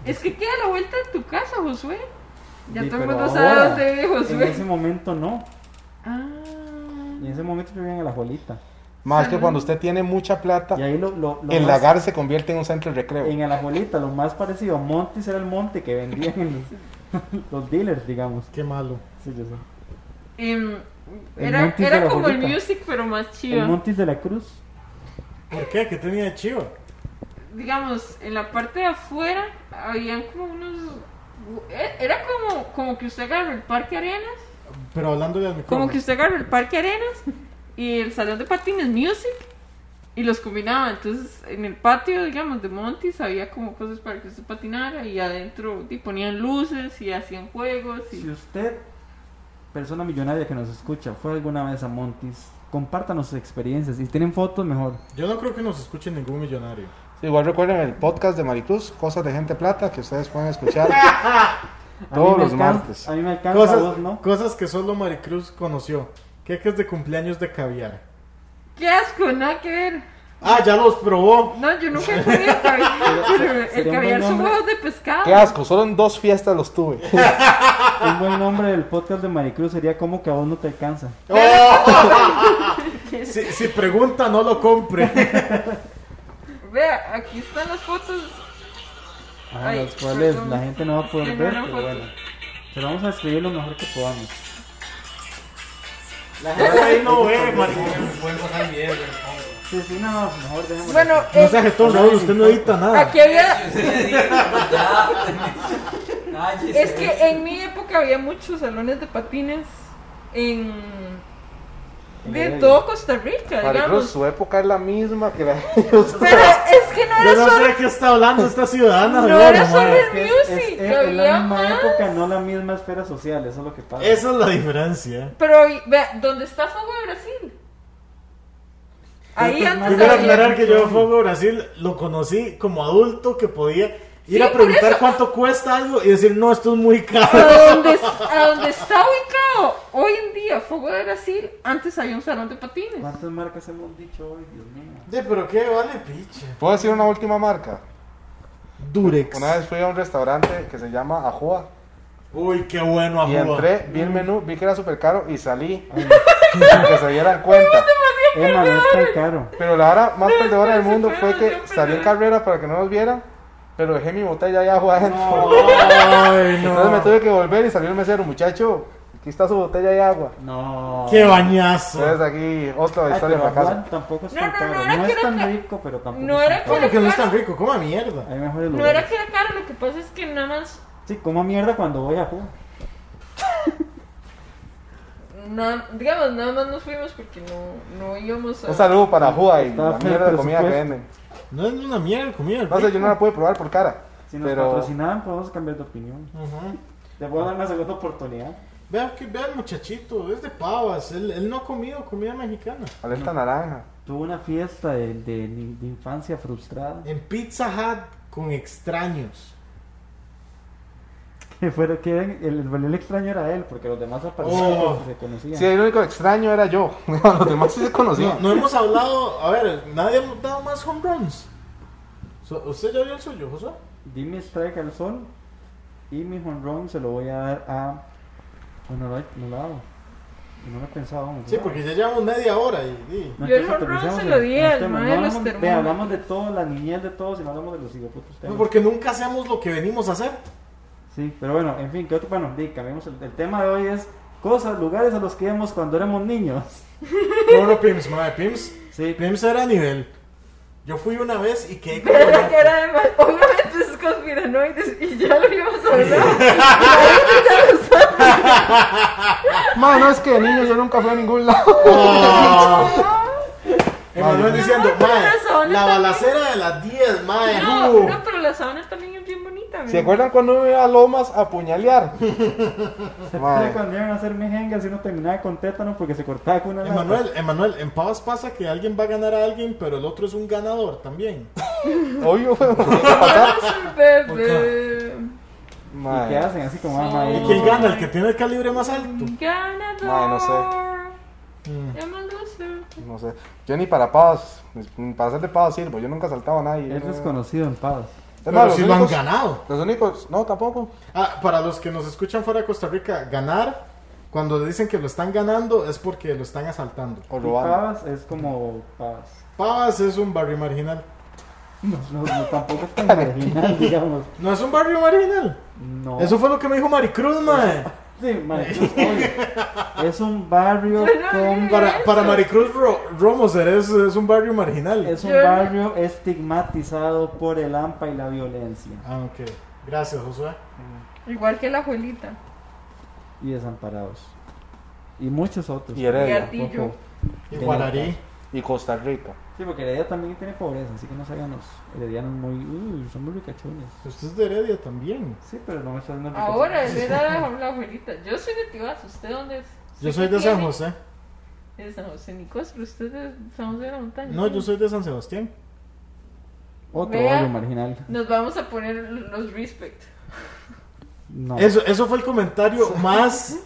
[SPEAKER 3] Es que queda a la vuelta de tu casa, Josué. Ya
[SPEAKER 1] Sí,
[SPEAKER 3] todo el
[SPEAKER 1] pero
[SPEAKER 3] mundo sabe
[SPEAKER 1] ahora,
[SPEAKER 3] dónde vive
[SPEAKER 1] En ese
[SPEAKER 3] Josué.
[SPEAKER 1] momento no. En
[SPEAKER 3] Ah.
[SPEAKER 1] ese momento vivían a la Jolita.
[SPEAKER 2] Más que cuando usted tiene mucha plata,
[SPEAKER 1] Y ahí lo, lo, lo
[SPEAKER 2] el
[SPEAKER 1] más-
[SPEAKER 2] lagar se convierte en un centro de recreo.
[SPEAKER 1] En Alajuelita, lo más parecido a Montes era el monte que vendían en los, [LAUGHS] los dealers, digamos.
[SPEAKER 4] Qué malo.
[SPEAKER 1] Sí, yo sé.
[SPEAKER 3] Em,
[SPEAKER 1] El
[SPEAKER 3] era
[SPEAKER 1] Montis de
[SPEAKER 3] era
[SPEAKER 1] la
[SPEAKER 3] como el
[SPEAKER 1] Jolita.
[SPEAKER 3] music, pero más chido.
[SPEAKER 1] El Montes de la Cruz.
[SPEAKER 4] ¿Por qué? ¿Qué tenía de chivo?
[SPEAKER 3] digamos, en la parte de afuera habían como unos... e- Era como, como que usted agarra el Parque Arenas,
[SPEAKER 4] Pero hablándole al micrófono.
[SPEAKER 3] como que usted agarra el Parque Arenas y el Salón de Patines Music y los combinaba. Entonces, en el patio, digamos, de Montis había como cosas para que usted patinara y adentro y ponían luces y hacían juegos y...
[SPEAKER 1] Si usted, persona millonaria que nos escucha, fue alguna vez a Montes, compártanos sus experiencias. Si tienen fotos, mejor.
[SPEAKER 4] Yo no creo que nos escuche ningún millonario.
[SPEAKER 2] Sí, igual recuerden el podcast de Maricruz, Cosas de Gente Plata, que ustedes pueden escuchar [LAUGHS]
[SPEAKER 1] A mí
[SPEAKER 2] todos
[SPEAKER 1] me
[SPEAKER 2] los
[SPEAKER 1] alcan-
[SPEAKER 2] martes.
[SPEAKER 1] A mí me alcanza
[SPEAKER 4] Cosas,
[SPEAKER 1] vos, ¿no?
[SPEAKER 4] cosas que solo Maricruz conoció. Queques de cumpleaños de caviar.
[SPEAKER 3] ¡Qué asco! Nada que ver.
[SPEAKER 4] Ah, ya los probó.
[SPEAKER 3] No, yo nunca he comido caviar, pero
[SPEAKER 1] Sería un
[SPEAKER 3] el
[SPEAKER 1] buen
[SPEAKER 3] caviar son
[SPEAKER 1] nombre.
[SPEAKER 3] huevos de pescado.
[SPEAKER 2] Qué asco, solo en dos fiestas los
[SPEAKER 1] [LAUGHS]
[SPEAKER 2] tuve.
[SPEAKER 1] Un buen nombre del podcast de Maricruz sería como que a vos no te alcanza.
[SPEAKER 4] Si, si pregunta, no lo compre.
[SPEAKER 3] Vea, aquí están las fotos
[SPEAKER 1] A
[SPEAKER 3] Ay,
[SPEAKER 1] las cuales
[SPEAKER 3] perdón.
[SPEAKER 1] la gente no va a
[SPEAKER 3] Sí,
[SPEAKER 1] poder
[SPEAKER 3] no
[SPEAKER 1] ver,
[SPEAKER 3] eran
[SPEAKER 1] pero
[SPEAKER 3] fotos.
[SPEAKER 1] bueno. Pero vamos a escribir lo mejor que podamos.
[SPEAKER 4] La gente ahí [LAUGHS] no ve, Maricruz.
[SPEAKER 5] Pueden pasar video, pero no.
[SPEAKER 1] Sí, sí, no, no, mejor dejémoslo.
[SPEAKER 3] Bueno,
[SPEAKER 4] No
[SPEAKER 3] eh,
[SPEAKER 4] sea jetón, Raúl, usted no edita nada.
[SPEAKER 3] aquí había.
[SPEAKER 5] [LAUGHS]
[SPEAKER 3] Es
[SPEAKER 5] Es
[SPEAKER 3] que en mi época había muchos salones de patines en. de
[SPEAKER 1] Heredia.
[SPEAKER 3] todo Costa Rica,
[SPEAKER 2] Maricruz,
[SPEAKER 3] digamos.
[SPEAKER 2] su época es la misma que la [LAUGHS] de usted.
[SPEAKER 3] Pero es que no
[SPEAKER 4] Yo
[SPEAKER 3] era
[SPEAKER 4] no
[SPEAKER 3] solo.
[SPEAKER 4] sé de qué está hablando esta ciudadana.
[SPEAKER 3] No
[SPEAKER 4] de verdad,
[SPEAKER 3] era solo
[SPEAKER 4] madre.
[SPEAKER 3] el
[SPEAKER 1] que es- es- es-
[SPEAKER 3] music,
[SPEAKER 1] es
[SPEAKER 3] había
[SPEAKER 1] la misma
[SPEAKER 3] más.
[SPEAKER 1] época, no la misma esfera social, eso es lo que pasa.
[SPEAKER 4] Esa es la diferencia.
[SPEAKER 3] Pero ahí- vea, ¿dónde está Fuego de Brasil? Ahí
[SPEAKER 1] Pues
[SPEAKER 3] antes
[SPEAKER 4] Primero
[SPEAKER 1] Hasta
[SPEAKER 4] aclarar
[SPEAKER 1] ahí.
[SPEAKER 4] que yo a Fuego Brasil lo conocí como adulto que podía ir
[SPEAKER 3] Sí,
[SPEAKER 4] a
[SPEAKER 3] por
[SPEAKER 4] preguntar
[SPEAKER 3] eso.
[SPEAKER 4] cuánto cuesta algo y decir, no, esto es muy
[SPEAKER 3] A
[SPEAKER 4] caro.
[SPEAKER 3] donde, a donde está ubicado hoy en día Fuego de Brasil, antes había un salón de patines.
[SPEAKER 1] ¿Cuántas marcas hemos dicho hoy, Dios mío?
[SPEAKER 4] De, pero qué vale, piche.
[SPEAKER 2] ¿Puedo decir una última marca?
[SPEAKER 4] Durex.
[SPEAKER 2] Una vez fui a un restaurante que se llama Ajoa
[SPEAKER 4] Uy, qué bueno,
[SPEAKER 2] y
[SPEAKER 4] Ajua.
[SPEAKER 2] entré, vi
[SPEAKER 1] Mm.
[SPEAKER 2] el menú, vi que era súper caro y salí [LAUGHS] sin que se dieran cuenta.
[SPEAKER 1] Emma, no es tan caro.
[SPEAKER 2] Pero la hora más perdedora del
[SPEAKER 3] espérese,
[SPEAKER 2] mundo fue
[SPEAKER 3] espérese,
[SPEAKER 2] que salí en
[SPEAKER 3] espérese.
[SPEAKER 2] carrera para que no nos vieran, pero dejé mi botella allá abajo adentro. [LAUGHS]
[SPEAKER 4] Ay,
[SPEAKER 2] Entonces me
[SPEAKER 4] no.
[SPEAKER 2] tuve que volver y salió el mesero, muchacho, aquí está su botella de agua.
[SPEAKER 1] No.
[SPEAKER 4] Qué bañazo.
[SPEAKER 2] Entonces aquí otra
[SPEAKER 1] Ay,
[SPEAKER 2] historia
[SPEAKER 1] pero
[SPEAKER 2] para casa.
[SPEAKER 1] Juan tampoco es
[SPEAKER 3] No,
[SPEAKER 1] tan
[SPEAKER 3] no, no
[SPEAKER 1] caro.
[SPEAKER 3] era
[SPEAKER 1] No
[SPEAKER 3] que
[SPEAKER 1] es
[SPEAKER 3] era
[SPEAKER 1] tan
[SPEAKER 3] ca-
[SPEAKER 1] rico, pero tampoco
[SPEAKER 3] no
[SPEAKER 1] es tan
[SPEAKER 3] era
[SPEAKER 1] caro.
[SPEAKER 4] ¿Cómo que no es tan rico? ¿Cómo mierda?
[SPEAKER 1] Hay mejores
[SPEAKER 3] No era
[SPEAKER 1] lugares.
[SPEAKER 3] que era caro, lo que pasa es que nada más
[SPEAKER 1] Sí, como mierda cuando voy a jugar.
[SPEAKER 3] Na- digamos, nada más nos fuimos porque no, no íbamos a...
[SPEAKER 2] Un saludo para Juá y
[SPEAKER 1] Estaba
[SPEAKER 2] la
[SPEAKER 1] feo el
[SPEAKER 2] mierda de comida que
[SPEAKER 1] presupuesto.
[SPEAKER 2] venden.
[SPEAKER 4] No es una mierda comida.
[SPEAKER 2] No sé, yo no la pude probar por cara.
[SPEAKER 1] Si nos
[SPEAKER 2] pero
[SPEAKER 1] patrocinaban, podemos cambiar de opinión. Te puedo dar una segunda oportunidad.
[SPEAKER 4] Vea que vea el muchachito, es de pavas. Él, él no ha comido comida mexicana.
[SPEAKER 2] alerta naranja.
[SPEAKER 1] Tuve una fiesta de, de- de infancia frustrada. [LAUGHS]
[SPEAKER 4] En Pizza Hut con extraños.
[SPEAKER 1] Que fuera que el, el, el extraño era él, porque los demás aparecían
[SPEAKER 4] Oh.
[SPEAKER 1] porque se conocían.
[SPEAKER 2] Sí, el único extraño era yo. [LAUGHS] Los demás sí se
[SPEAKER 4] No,
[SPEAKER 2] conocían.
[SPEAKER 4] no hemos hablado, a ver, nadie ha dado más home runs. So- ¿Usted ya vio el suyo, José?
[SPEAKER 1] Dime strike al sol y mi honrón se lo voy a dar a. Bueno, no, lo- no lo hago. No lo he pensado aún.
[SPEAKER 4] Sí, porque ya llevamos media hora y... y-
[SPEAKER 1] No,
[SPEAKER 3] Yo el
[SPEAKER 1] entonces
[SPEAKER 3] home run
[SPEAKER 1] aterricemos
[SPEAKER 3] se
[SPEAKER 1] en-
[SPEAKER 3] lo di
[SPEAKER 1] en los
[SPEAKER 3] al
[SPEAKER 1] temas.
[SPEAKER 3] mae
[SPEAKER 1] No
[SPEAKER 3] de los
[SPEAKER 1] hablamos de-
[SPEAKER 3] termómetros.
[SPEAKER 1] Hablamos de todo, la niñez de todos, y no hablamos de los hijoputos
[SPEAKER 4] No,
[SPEAKER 1] temas.
[SPEAKER 4] porque nunca hacemos lo que venimos a hacer.
[SPEAKER 1] Sí, pero bueno, en fin, ¿qué otro? Bueno, di, cambiamos el, el tema de hoy es cosas, lugares a los que íbamos cuando éramos niños.
[SPEAKER 4] No, no, Pims, madre, Pims.
[SPEAKER 1] Sí,
[SPEAKER 4] Pims era nivel. Yo fui una vez y quedé como...
[SPEAKER 3] Pero que era de mal- Obviamente es conspiranoides y ya lo íbamos a hablar. Y la gente ya lo sabe.
[SPEAKER 2] Ma, no es que de niño yo nunca fui a
[SPEAKER 1] [LAUGHS]
[SPEAKER 2] ningún lado.
[SPEAKER 4] Emanuel diciendo,
[SPEAKER 3] pero
[SPEAKER 4] mae,
[SPEAKER 3] la zona
[SPEAKER 4] la
[SPEAKER 3] también".
[SPEAKER 4] balacera de las 10, mae.
[SPEAKER 3] No,
[SPEAKER 4] uh".
[SPEAKER 3] no, pero la sábana también es bien bonita.
[SPEAKER 2] ¿Se
[SPEAKER 3] mira.
[SPEAKER 2] acuerdan cuando me iba a Lomas a
[SPEAKER 1] [LAUGHS]
[SPEAKER 2] puñalear?
[SPEAKER 1] Era cuando iban a hacer mejengas y uno terminaba con tétano porque se cortaba con una lata.
[SPEAKER 4] Emanuel, Emanuel, en Pavas pasa que alguien va a ganar a alguien, pero el otro es un ganador también.
[SPEAKER 2] Obvio, fue pasar.
[SPEAKER 3] Ay, bebé.
[SPEAKER 1] [LAUGHS] ¿Y qué hacen? Así como, ah, ma,
[SPEAKER 4] ¿Y
[SPEAKER 3] Sí.
[SPEAKER 1] y-
[SPEAKER 4] quién gana? El que tiene el calibre más alto.
[SPEAKER 3] Ganador.
[SPEAKER 2] Mae, no
[SPEAKER 4] Mm.
[SPEAKER 3] Emma Loser.
[SPEAKER 2] No sé. Yo ni para pavas, ni para hacer de pavas sirvo. yo nunca saltaba a nadie.
[SPEAKER 1] Es
[SPEAKER 2] No.
[SPEAKER 1] desconocido en Pavas.
[SPEAKER 2] Es más,
[SPEAKER 4] Pero
[SPEAKER 2] los,
[SPEAKER 4] si lo han
[SPEAKER 2] únicos,
[SPEAKER 4] ganado.
[SPEAKER 2] los únicos, no, tampoco.
[SPEAKER 4] Ah, para los que nos escuchan fuera de Costa Rica, ganar, cuando dicen que lo están ganando, es porque lo están asaltando.
[SPEAKER 2] O
[SPEAKER 1] Y
[SPEAKER 2] robando.
[SPEAKER 1] Pavas es como Pavas.
[SPEAKER 4] Pavas es un barrio marginal.
[SPEAKER 1] No, no, no, tampoco es tan marginal, digamos.
[SPEAKER 4] No es un barrio marginal.
[SPEAKER 1] No.
[SPEAKER 4] Eso fue lo que me dijo Maricruz, mae.
[SPEAKER 1] Sí, madre, es, obvio. Es un barrio
[SPEAKER 3] Yo no
[SPEAKER 1] con...
[SPEAKER 3] vi.
[SPEAKER 4] Para, para Maricruz Ro- Romoser es, es un barrio marginal.
[SPEAKER 1] Es un
[SPEAKER 3] Yo no-
[SPEAKER 1] barrio estigmatizado por el AMPA y la violencia.
[SPEAKER 4] Ah, ok. Gracias, Josué.
[SPEAKER 3] Igual que la abuelita.
[SPEAKER 1] Y desamparados. Y muchos otros.
[SPEAKER 2] Y
[SPEAKER 3] Y
[SPEAKER 2] Heredia.
[SPEAKER 3] Artillo.
[SPEAKER 4] Y
[SPEAKER 1] Bien,
[SPEAKER 4] Guararí.
[SPEAKER 2] Y Costa Rica.
[SPEAKER 1] Sí, porque Heredia también tiene pobreza, así que no se hagan los heredianos muy... Uy, son muy ricachones.
[SPEAKER 3] pues.
[SPEAKER 4] Usted es de Heredia también.
[SPEAKER 1] Sí, pero no me están dando
[SPEAKER 3] Ahora, eh, él era la, la abuelita. Yo soy de Tibás. ¿Usted dónde es?
[SPEAKER 4] Yo
[SPEAKER 3] ¿Usted
[SPEAKER 4] soy
[SPEAKER 3] qué
[SPEAKER 4] de San
[SPEAKER 3] tiene?
[SPEAKER 4] José.
[SPEAKER 3] De San José Nicos, pero usted es de San José de la Montaña.
[SPEAKER 4] No, yo soy de San Sebastián.
[SPEAKER 1] Otro
[SPEAKER 3] Vea.
[SPEAKER 1] barrio marginal.
[SPEAKER 3] Nos vamos a poner los respect.
[SPEAKER 1] No.
[SPEAKER 4] Eso, eso fue el comentario
[SPEAKER 3] [LAUGHS]
[SPEAKER 4] más.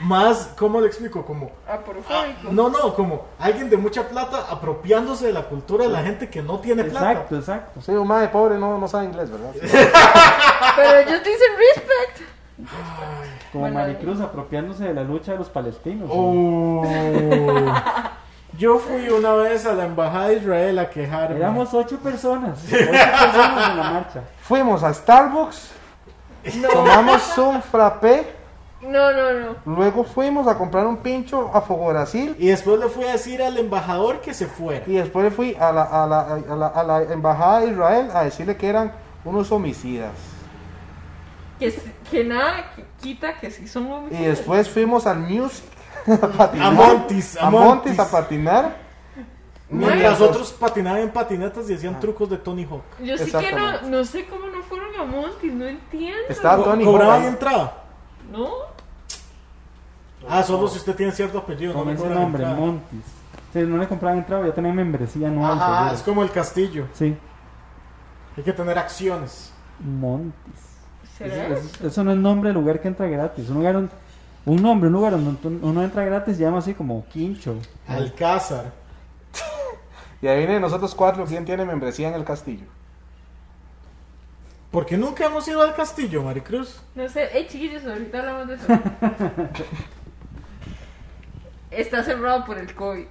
[SPEAKER 4] Más, ¿cómo le explico? Como,
[SPEAKER 3] Aporofóbico.
[SPEAKER 4] no, no, como alguien de mucha plata apropiándose de la cultura de la gente que no tiene plata.
[SPEAKER 1] Exacto, exacto.
[SPEAKER 2] Sí, un madre pobre no, no sabe inglés, ¿verdad?
[SPEAKER 3] Pero ellos dicen respect.
[SPEAKER 1] Como
[SPEAKER 3] Bueno,
[SPEAKER 1] Maricruz apropiándose de la lucha de los palestinos.
[SPEAKER 4] Oh. Yo fui una vez a la embajada de Israel a quejarme.
[SPEAKER 1] Éramos ocho personas. Ocho personas en la
[SPEAKER 4] [LAUGHS]
[SPEAKER 1] marcha.
[SPEAKER 2] Fuimos a Starbucks, tomamos un frappé,
[SPEAKER 3] No, no, no.
[SPEAKER 2] luego fuimos a comprar un pincho a Fogorasil
[SPEAKER 4] Y después le fui a decir al embajador que se fuera.
[SPEAKER 2] y después fui a la, a la, a la, a la embajada de Israel a decirle que eran unos homicidas.
[SPEAKER 3] Que, s- que nada que quita que sí son
[SPEAKER 2] Y
[SPEAKER 3] homicidas.
[SPEAKER 2] después fuimos al Music a patinar.
[SPEAKER 4] A Montis, a
[SPEAKER 2] a Montis a
[SPEAKER 4] Montis.
[SPEAKER 2] patinar.
[SPEAKER 4] Mientras otros patinaban en patinetas y
[SPEAKER 2] Ah.
[SPEAKER 4] hacían trucos de Tony Hawk.
[SPEAKER 3] Yo sí que no,
[SPEAKER 2] Exactamente.
[SPEAKER 3] no sé cómo no fueron a Montis, no entiendo.
[SPEAKER 2] Estaba Ah, Tony Hawk.
[SPEAKER 4] ¿Cobraban y
[SPEAKER 2] ahí.
[SPEAKER 4] entraba?
[SPEAKER 3] ¿No?
[SPEAKER 4] Ah, solo si usted tiene cierto apellido.
[SPEAKER 1] Con
[SPEAKER 4] le
[SPEAKER 1] ese
[SPEAKER 4] cobran
[SPEAKER 1] nombre,
[SPEAKER 4] entrada.
[SPEAKER 1] Montis. Sí, no le compraban entrada, ya tenía membresía anual.
[SPEAKER 4] Ajá,
[SPEAKER 1] seguro.
[SPEAKER 4] es como el castillo.
[SPEAKER 1] Sí,
[SPEAKER 4] Hay que tener acciones.
[SPEAKER 1] Montis.
[SPEAKER 3] ¿Será?
[SPEAKER 1] Es- es- eso no es nombre de lugar que entra gratis. Un lugar, donde- un nombre, un lugar donde tú- uno entra gratis se llama así como Quincho.
[SPEAKER 4] Alcázar.
[SPEAKER 2] Y ahí viene nosotros cuatro, ¿quién tiene membresía en el castillo?
[SPEAKER 4] ¿Por qué nunca hemos ido al castillo, Maricruz?
[SPEAKER 3] No sé, eh chiquillos, ahorita hablamos de eso. Está cerrado por el COVID.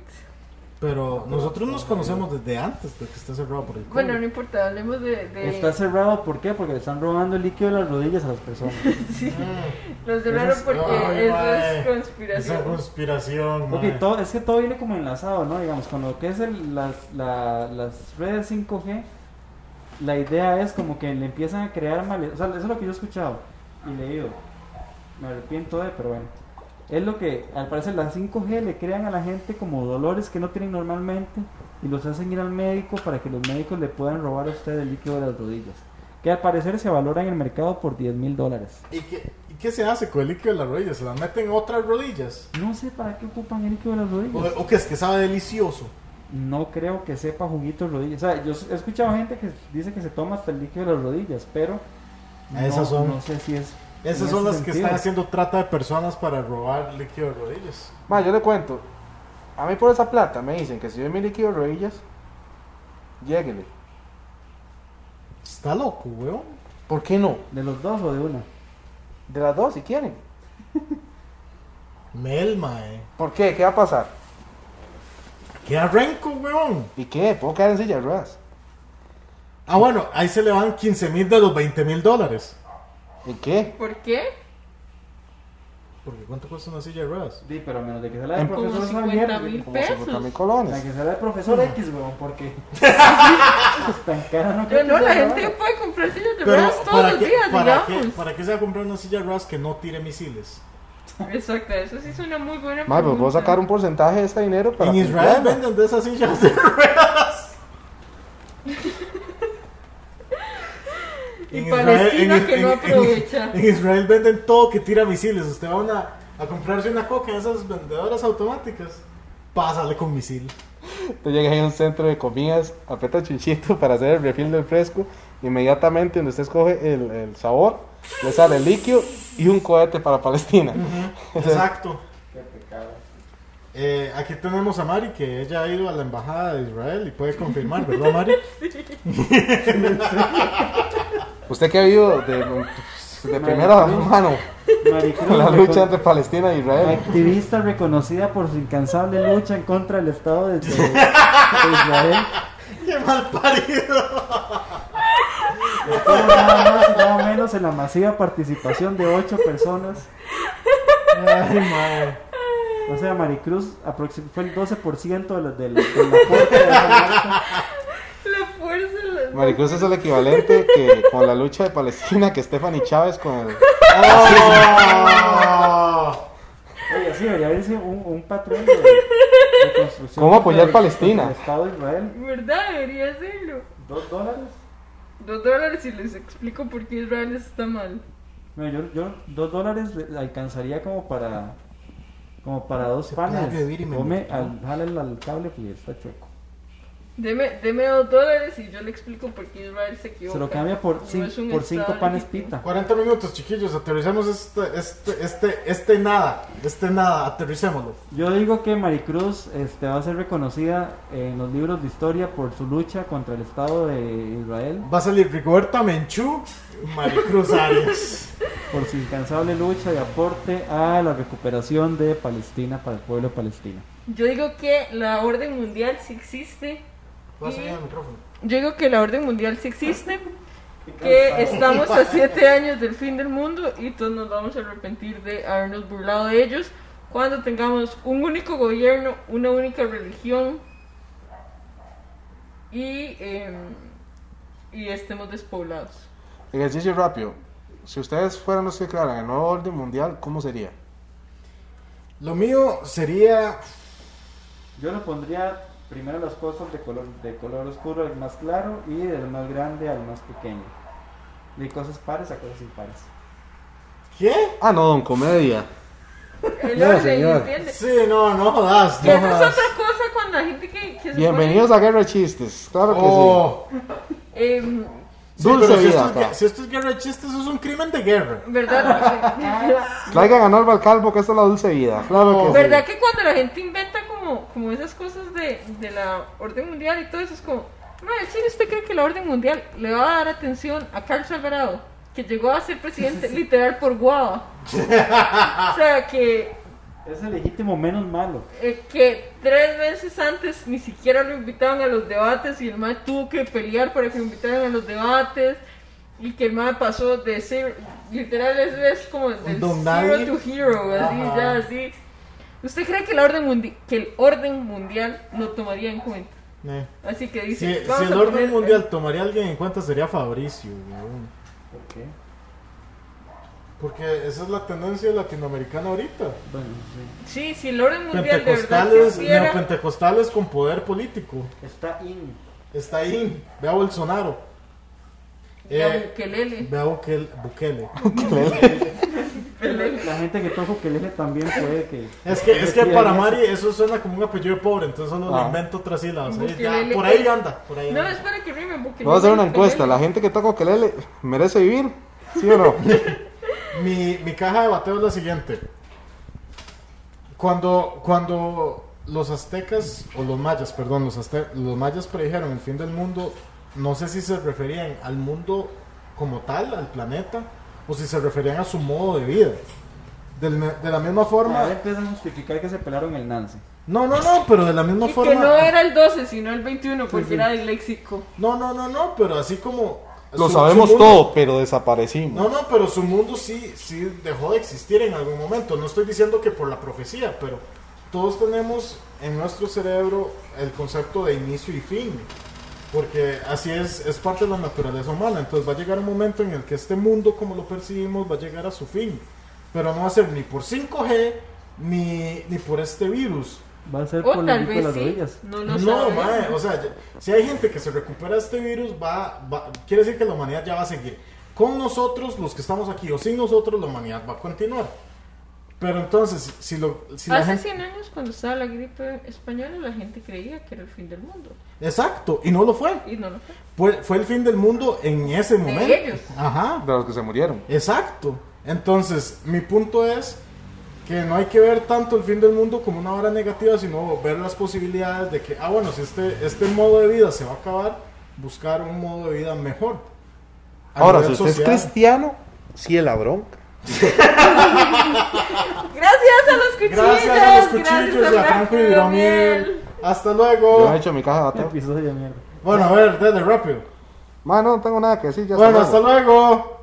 [SPEAKER 4] Pero nosotros nos conocemos desde antes de que esté cerrado por el COVID.
[SPEAKER 3] Bueno, no importa, hablemos de, de
[SPEAKER 1] Está cerrado, ¿por qué? Porque le están robando el líquido de las rodillas a las personas.
[SPEAKER 4] [LAUGHS]
[SPEAKER 3] los cerraron
[SPEAKER 4] Eso es-
[SPEAKER 3] porque
[SPEAKER 4] Ay,
[SPEAKER 3] eso es
[SPEAKER 4] mae. Ah, Esa
[SPEAKER 3] conspiración.
[SPEAKER 4] conspiración,
[SPEAKER 1] Ok,
[SPEAKER 4] mae.
[SPEAKER 1] todo, es que todo viene como enlazado, ¿no? Digamos, con lo que es el- las, la- las redes 5G, la idea es como que le empiezan a crear males. O sea, eso es lo que yo he escuchado y leído. Me arrepiento de, pero bueno. Es lo que, al parecer, las 5G le crean a la gente como dolores que no tienen normalmente y los hacen ir al médico para que los médicos le puedan robar a usted el líquido de las rodillas. Que al parecer se valora en el mercado por 10 mil dólares.
[SPEAKER 4] ¿Y qué, y qué se hace con el líquido de las rodillas? ¿Se las meten en otras rodillas?
[SPEAKER 1] No sé para qué ocupan el líquido de las rodillas.
[SPEAKER 4] ¿O, o que es que sabe delicioso?
[SPEAKER 1] no creo que sepa juguito de rodillas. O sea, yo he escuchado gente que dice que se toma hasta el líquido de las rodillas, pero no,
[SPEAKER 4] Esas son-
[SPEAKER 1] no sé si es. en
[SPEAKER 4] Esas
[SPEAKER 1] ese
[SPEAKER 4] son las que
[SPEAKER 1] sentido.
[SPEAKER 4] están haciendo trata de personas para robar líquido de rodillas.
[SPEAKER 2] Ma, yo le cuento. A mí por esa plata me dicen que si yo mi líquido de rodillas, lléguele.
[SPEAKER 4] Está loco, weón.
[SPEAKER 2] ¿Por qué no?
[SPEAKER 1] ¿De los dos o de una?
[SPEAKER 2] De las dos, si quieren.
[SPEAKER 4] Mel, mae.
[SPEAKER 2] ¿Por qué? ¿Qué va a pasar?
[SPEAKER 4] eh. ¡Qué arrenco, weón!
[SPEAKER 2] ¿Y qué? ¿Puedo quedar en silla de ruedas?
[SPEAKER 4] Ah, bueno, ahí se le van 15 mil de los 20 mil dólares.
[SPEAKER 2] ¿Y qué?
[SPEAKER 3] ¿Por qué?
[SPEAKER 4] Porque ¿cuánto cuesta una silla de ruedas?
[SPEAKER 1] Sí, pero a menos de que sea la de
[SPEAKER 2] En-
[SPEAKER 1] profesor
[SPEAKER 3] Como
[SPEAKER 1] Xavier.
[SPEAKER 3] 50 mil
[SPEAKER 2] ¿Cómo se fue
[SPEAKER 3] pesos. Mm.
[SPEAKER 2] mi
[SPEAKER 1] La
[SPEAKER 2] colones?
[SPEAKER 3] [LAUGHS]
[SPEAKER 1] que sea la de profesor X, weón, porque. tan cara no
[SPEAKER 3] Yo
[SPEAKER 1] creo que
[SPEAKER 3] no, la
[SPEAKER 1] sea,
[SPEAKER 3] gente puede comprar sillas de
[SPEAKER 4] Pero
[SPEAKER 3] ruedas todos
[SPEAKER 4] ¿para
[SPEAKER 3] los
[SPEAKER 4] qué,
[SPEAKER 3] días,
[SPEAKER 4] para, qué,
[SPEAKER 3] digamos.
[SPEAKER 4] ¿para qué se va a comprar una silla RAS que no tire misiles?
[SPEAKER 3] Exacto, eso sí es una muy buena
[SPEAKER 2] Madre, pues vos
[SPEAKER 3] pregunta.
[SPEAKER 2] sacar un porcentaje de ese dinero para.
[SPEAKER 4] en Israel
[SPEAKER 2] comprarla.
[SPEAKER 4] venden de esas sillas de ruedas.
[SPEAKER 3] Y
[SPEAKER 4] En
[SPEAKER 3] Palestina
[SPEAKER 4] en-
[SPEAKER 3] que no
[SPEAKER 4] en- en-
[SPEAKER 3] aprovecha.
[SPEAKER 4] En Israel venden todo que tira misiles. Usted va a, una- a comprarse una coca de esas vendedoras automáticas. Pásale con misil.
[SPEAKER 2] Tú llegas ahí a un centro de comidas, aprieta el chinchito [LAUGHS] para hacer el refil del fresco. Inmediatamente, donde usted escoge el, el sabor, le sale el líquido y un cohete para Palestina.
[SPEAKER 4] Exacto.
[SPEAKER 1] Qué pecado.
[SPEAKER 4] Eh, aquí tenemos a Mari, que ella ha ido a la embajada de Israel y puede confirmar, ¿verdad,
[SPEAKER 3] [LAUGHS]
[SPEAKER 4] Mari?
[SPEAKER 2] Usted que ha vivido de, pues, de primera mano
[SPEAKER 1] Maricruz,
[SPEAKER 2] la lucha
[SPEAKER 1] recon-
[SPEAKER 2] entre Palestina e Israel.
[SPEAKER 1] Activista reconocida por su incansable lucha en contra
[SPEAKER 2] [LAUGHS]
[SPEAKER 1] del Estado de, de- de Israel.
[SPEAKER 4] ¡Qué mal parido!
[SPEAKER 1] Estuvo nada más y nada menos en la masiva participación de ocho personas.
[SPEAKER 4] Ay, madre.
[SPEAKER 1] O sea, Maricruz aproxim- fue el 12% de la, del, del aporte de esa marcha.
[SPEAKER 3] La fuerza, la-
[SPEAKER 2] Maricruz es el equivalente que con la lucha de Palestina que Stephanie Chávez con el.
[SPEAKER 4] ¡Oh!
[SPEAKER 1] Oye, sí, debería haber sido un, un patrón de, de construcción.
[SPEAKER 2] ¿Cómo apoyar
[SPEAKER 1] contra el-
[SPEAKER 2] Palestina?
[SPEAKER 1] contra El Estado de Israel.
[SPEAKER 3] ¿Verdad? Debería hacerlo.
[SPEAKER 1] ¿Dos dólares?
[SPEAKER 3] Dos dólares y les explico por qué Israel está mal.
[SPEAKER 1] No, yo, yo dos dólares le- alcanzaría como para como para dos
[SPEAKER 4] Se
[SPEAKER 1] panes.
[SPEAKER 4] plaga de vir y me
[SPEAKER 1] Come,
[SPEAKER 4] multiplicó.
[SPEAKER 1] al, jálale al cable porque está chueco.
[SPEAKER 3] Deme, deme dos dólares y yo le explico por qué Israel se equivoca.
[SPEAKER 1] Se lo cambia por,
[SPEAKER 3] No
[SPEAKER 1] cin-
[SPEAKER 3] es un
[SPEAKER 1] por cinco
[SPEAKER 3] estado
[SPEAKER 1] panes
[SPEAKER 3] legítimo.
[SPEAKER 1] pita.
[SPEAKER 4] 40 minutos, chiquillos. Aterricemos este, este, este, este nada. Este nada, aterricémoslo.
[SPEAKER 1] Yo digo que Maricruz este, va a ser reconocida en los libros de historia por su lucha contra el Estado de Israel,
[SPEAKER 4] Va a salir Rigoberta Menchú,
[SPEAKER 2] [LAUGHS]
[SPEAKER 4] Maricruz Arias.
[SPEAKER 1] por su incansable lucha y aporte a la recuperación de Palestina para el pueblo palestino.
[SPEAKER 3] Yo digo que la orden mundial sí existe.
[SPEAKER 4] Vas a ir al micrófono.
[SPEAKER 3] Yo digo que la orden mundial sí existe. Que estamos a siete años del fin del mundo y todos nos vamos a arrepentir de habernos burlado de ellos cuando tengamos un único gobierno, una única religión y, eh, y estemos despoblados.
[SPEAKER 2] Ejercicio rápido. Si ustedes fueran los que crearan el nuevo orden mundial, ¿cómo sería?
[SPEAKER 4] Lo mío sería.
[SPEAKER 1] Yo le pondría primero las cosas de color, de color oscuro al más claro y del más grande al más pequeño. De cosas pares a cosas impares.
[SPEAKER 4] ¿Qué?
[SPEAKER 2] Ah, no, don Comedia.
[SPEAKER 3] El
[SPEAKER 2] No,
[SPEAKER 3] orden,
[SPEAKER 2] señor.
[SPEAKER 3] ¿entiendes?
[SPEAKER 4] Sí, no, no jodas.
[SPEAKER 3] Que
[SPEAKER 4] No
[SPEAKER 3] esa es
[SPEAKER 4] jodas.
[SPEAKER 3] otra cosa con la gente que, que se
[SPEAKER 2] Bienvenidos a Guerra de Chistes. Claro que
[SPEAKER 4] Oh,
[SPEAKER 3] pone, em,
[SPEAKER 2] sí.
[SPEAKER 4] sí,
[SPEAKER 2] Dulce
[SPEAKER 4] pero si,
[SPEAKER 2] vida
[SPEAKER 4] esto es,
[SPEAKER 2] acá.
[SPEAKER 4] gue- si esto es guerra de chistes, eso es un crimen de guerra.
[SPEAKER 3] ¿Verdad?
[SPEAKER 2] Traigan a Norval Calvo, que esto es la dulce vida.
[SPEAKER 4] Oh.
[SPEAKER 2] Claro que
[SPEAKER 3] ¿Verdad
[SPEAKER 2] sí.
[SPEAKER 3] que cuando la gente inventa como, como esas cosas de, de la orden mundial y todo eso es como, "Mae, ¿sí usted cree que la orden mundial le va a dar atención a Carlos Alvarado, que llegó a ser presidente literal por
[SPEAKER 2] [LAUGHS]
[SPEAKER 3] guava? o sea, que,
[SPEAKER 1] Es el legítimo menos malo.
[SPEAKER 3] eh, que tres meses antes ni siquiera lo invitaban a los debates y el MAE tuvo que pelear para que lo invitaran a los debates y que el MAE pasó de ser, literal, es, es como del zero
[SPEAKER 4] don nadie.
[SPEAKER 3] to hero, así,
[SPEAKER 4] Ajá.
[SPEAKER 3] ya, así. ¿Usted cree que, la orden mundi- que el orden mundial lo tomaría en cuenta?
[SPEAKER 4] Eh.
[SPEAKER 3] Así que
[SPEAKER 4] Si,
[SPEAKER 3] dice,
[SPEAKER 4] si
[SPEAKER 3] vamos
[SPEAKER 4] el
[SPEAKER 3] a
[SPEAKER 4] orden
[SPEAKER 3] poner-
[SPEAKER 2] eh,
[SPEAKER 4] mundial tomaría a alguien en cuenta, sería Fabricio. weón.
[SPEAKER 1] ¿Por qué?
[SPEAKER 4] Porque esa es la tendencia latinoamericana ahorita.
[SPEAKER 1] Bueno, sí.
[SPEAKER 3] eh, Sí, si el orden mundial de verdad
[SPEAKER 4] Pentecostales,
[SPEAKER 3] existiera,
[SPEAKER 4] neopentecostales con poder político.
[SPEAKER 1] Está
[SPEAKER 4] [LAUGHS]
[SPEAKER 1] in.
[SPEAKER 4] Está ahí. Ve a Bolsonaro.
[SPEAKER 3] ya,
[SPEAKER 4] Eh,
[SPEAKER 3] ukelele,
[SPEAKER 4] ve a Bukele. Bukele.
[SPEAKER 3] ukelele.
[SPEAKER 1] La gente que toca ukelele también puede que...
[SPEAKER 4] Es que, es que
[SPEAKER 1] Sí,
[SPEAKER 4] para
[SPEAKER 1] ahí
[SPEAKER 4] Mari eso suena como un apellido de pobre, entonces solo
[SPEAKER 2] Ah.
[SPEAKER 4] le invento otras sílabas. Ahí ya,
[SPEAKER 3] Bukele.
[SPEAKER 4] por ahí anda. Por ahí
[SPEAKER 3] No,
[SPEAKER 4] anda.
[SPEAKER 3] espera que rime, porque
[SPEAKER 2] Vamos a hacer una encuesta. ¿La gente que toca ukelele merece vivir? ¿Sí o no?
[SPEAKER 4] Mi, mi caja de bateo es la siguiente. Cuando, cuando los aztecas, o los mayas, perdón, los, azte- los mayas predijeron el fin del mundo, no sé si se referían al mundo como tal, al planeta, o si se referían a su modo de vida. Del- de la misma forma...
[SPEAKER 1] Ahora empiezan a justificar que se pelaron el Nancy.
[SPEAKER 4] No, no, no, pero de la misma
[SPEAKER 3] Y
[SPEAKER 4] forma...
[SPEAKER 3] que no era el 12, sino el 21, porque era disléxico.
[SPEAKER 4] No, no, no, no, pero así como...
[SPEAKER 2] Lo
[SPEAKER 4] su-
[SPEAKER 2] sabemos
[SPEAKER 4] su mundo-
[SPEAKER 2] todo, pero desaparecimos.
[SPEAKER 4] No, no, pero su mundo sí, sí dejó de existir en algún momento. No estoy diciendo que por la profecía, pero todos tenemos en nuestro cerebro el concepto de inicio y fin. Porque así es, es parte de la naturaleza humana. Entonces va a llegar un momento en el que este mundo, como lo percibimos, va a llegar a su fin. Pero no va a ser ni por 5G, ni, ni por este virus.
[SPEAKER 6] Va a ser
[SPEAKER 3] O
[SPEAKER 6] por la
[SPEAKER 3] Oh, tal
[SPEAKER 6] gripe de
[SPEAKER 3] vez
[SPEAKER 6] las Este
[SPEAKER 3] sí.
[SPEAKER 6] rodillas.
[SPEAKER 3] No lo
[SPEAKER 4] No,
[SPEAKER 3] sabemos.
[SPEAKER 4] mae, o sea, ya- si hay gente que se recupera de este virus, va, va- quiere decir que la humanidad ya va a seguir. Con nosotros, los que estamos aquí, o sin nosotros, la humanidad va a continuar. Pero entonces, si, lo, si la
[SPEAKER 3] Hace
[SPEAKER 4] gente...
[SPEAKER 3] 100 años, cuando estaba la gripe española, la gente creía que era el fin del mundo.
[SPEAKER 4] Exacto, y no lo fue.
[SPEAKER 3] Y no lo fue.
[SPEAKER 4] Fue, fue el fin del mundo en ese momento.
[SPEAKER 3] ellos.
[SPEAKER 4] Ajá,
[SPEAKER 2] De los que se murieron.
[SPEAKER 4] exacto. Entonces, mi punto es que no hay que ver tanto el fin del mundo como una hora negativa, sino ver las posibilidades de que, ah, bueno, si este, este modo de vida se va a acabar, buscar un modo de vida mejor. A
[SPEAKER 2] Ahora, si
[SPEAKER 4] nivel
[SPEAKER 2] usted es
[SPEAKER 4] social.
[SPEAKER 2] cristiano, sí es la bronca.
[SPEAKER 3] Gracias a los cuchillos.
[SPEAKER 4] Gracias a los cuchillos
[SPEAKER 3] gracias
[SPEAKER 4] y a Franco y Hidromiel. Hasta luego.
[SPEAKER 2] Yo he hecho mi caja de bateo.
[SPEAKER 6] Episodio de mierda.
[SPEAKER 4] Bueno, a ver, dale rápido.
[SPEAKER 2] Mano, no tengo nada que decir. Ya
[SPEAKER 4] bueno,
[SPEAKER 2] hasta
[SPEAKER 4] hasta
[SPEAKER 2] luego.
[SPEAKER 4] luego.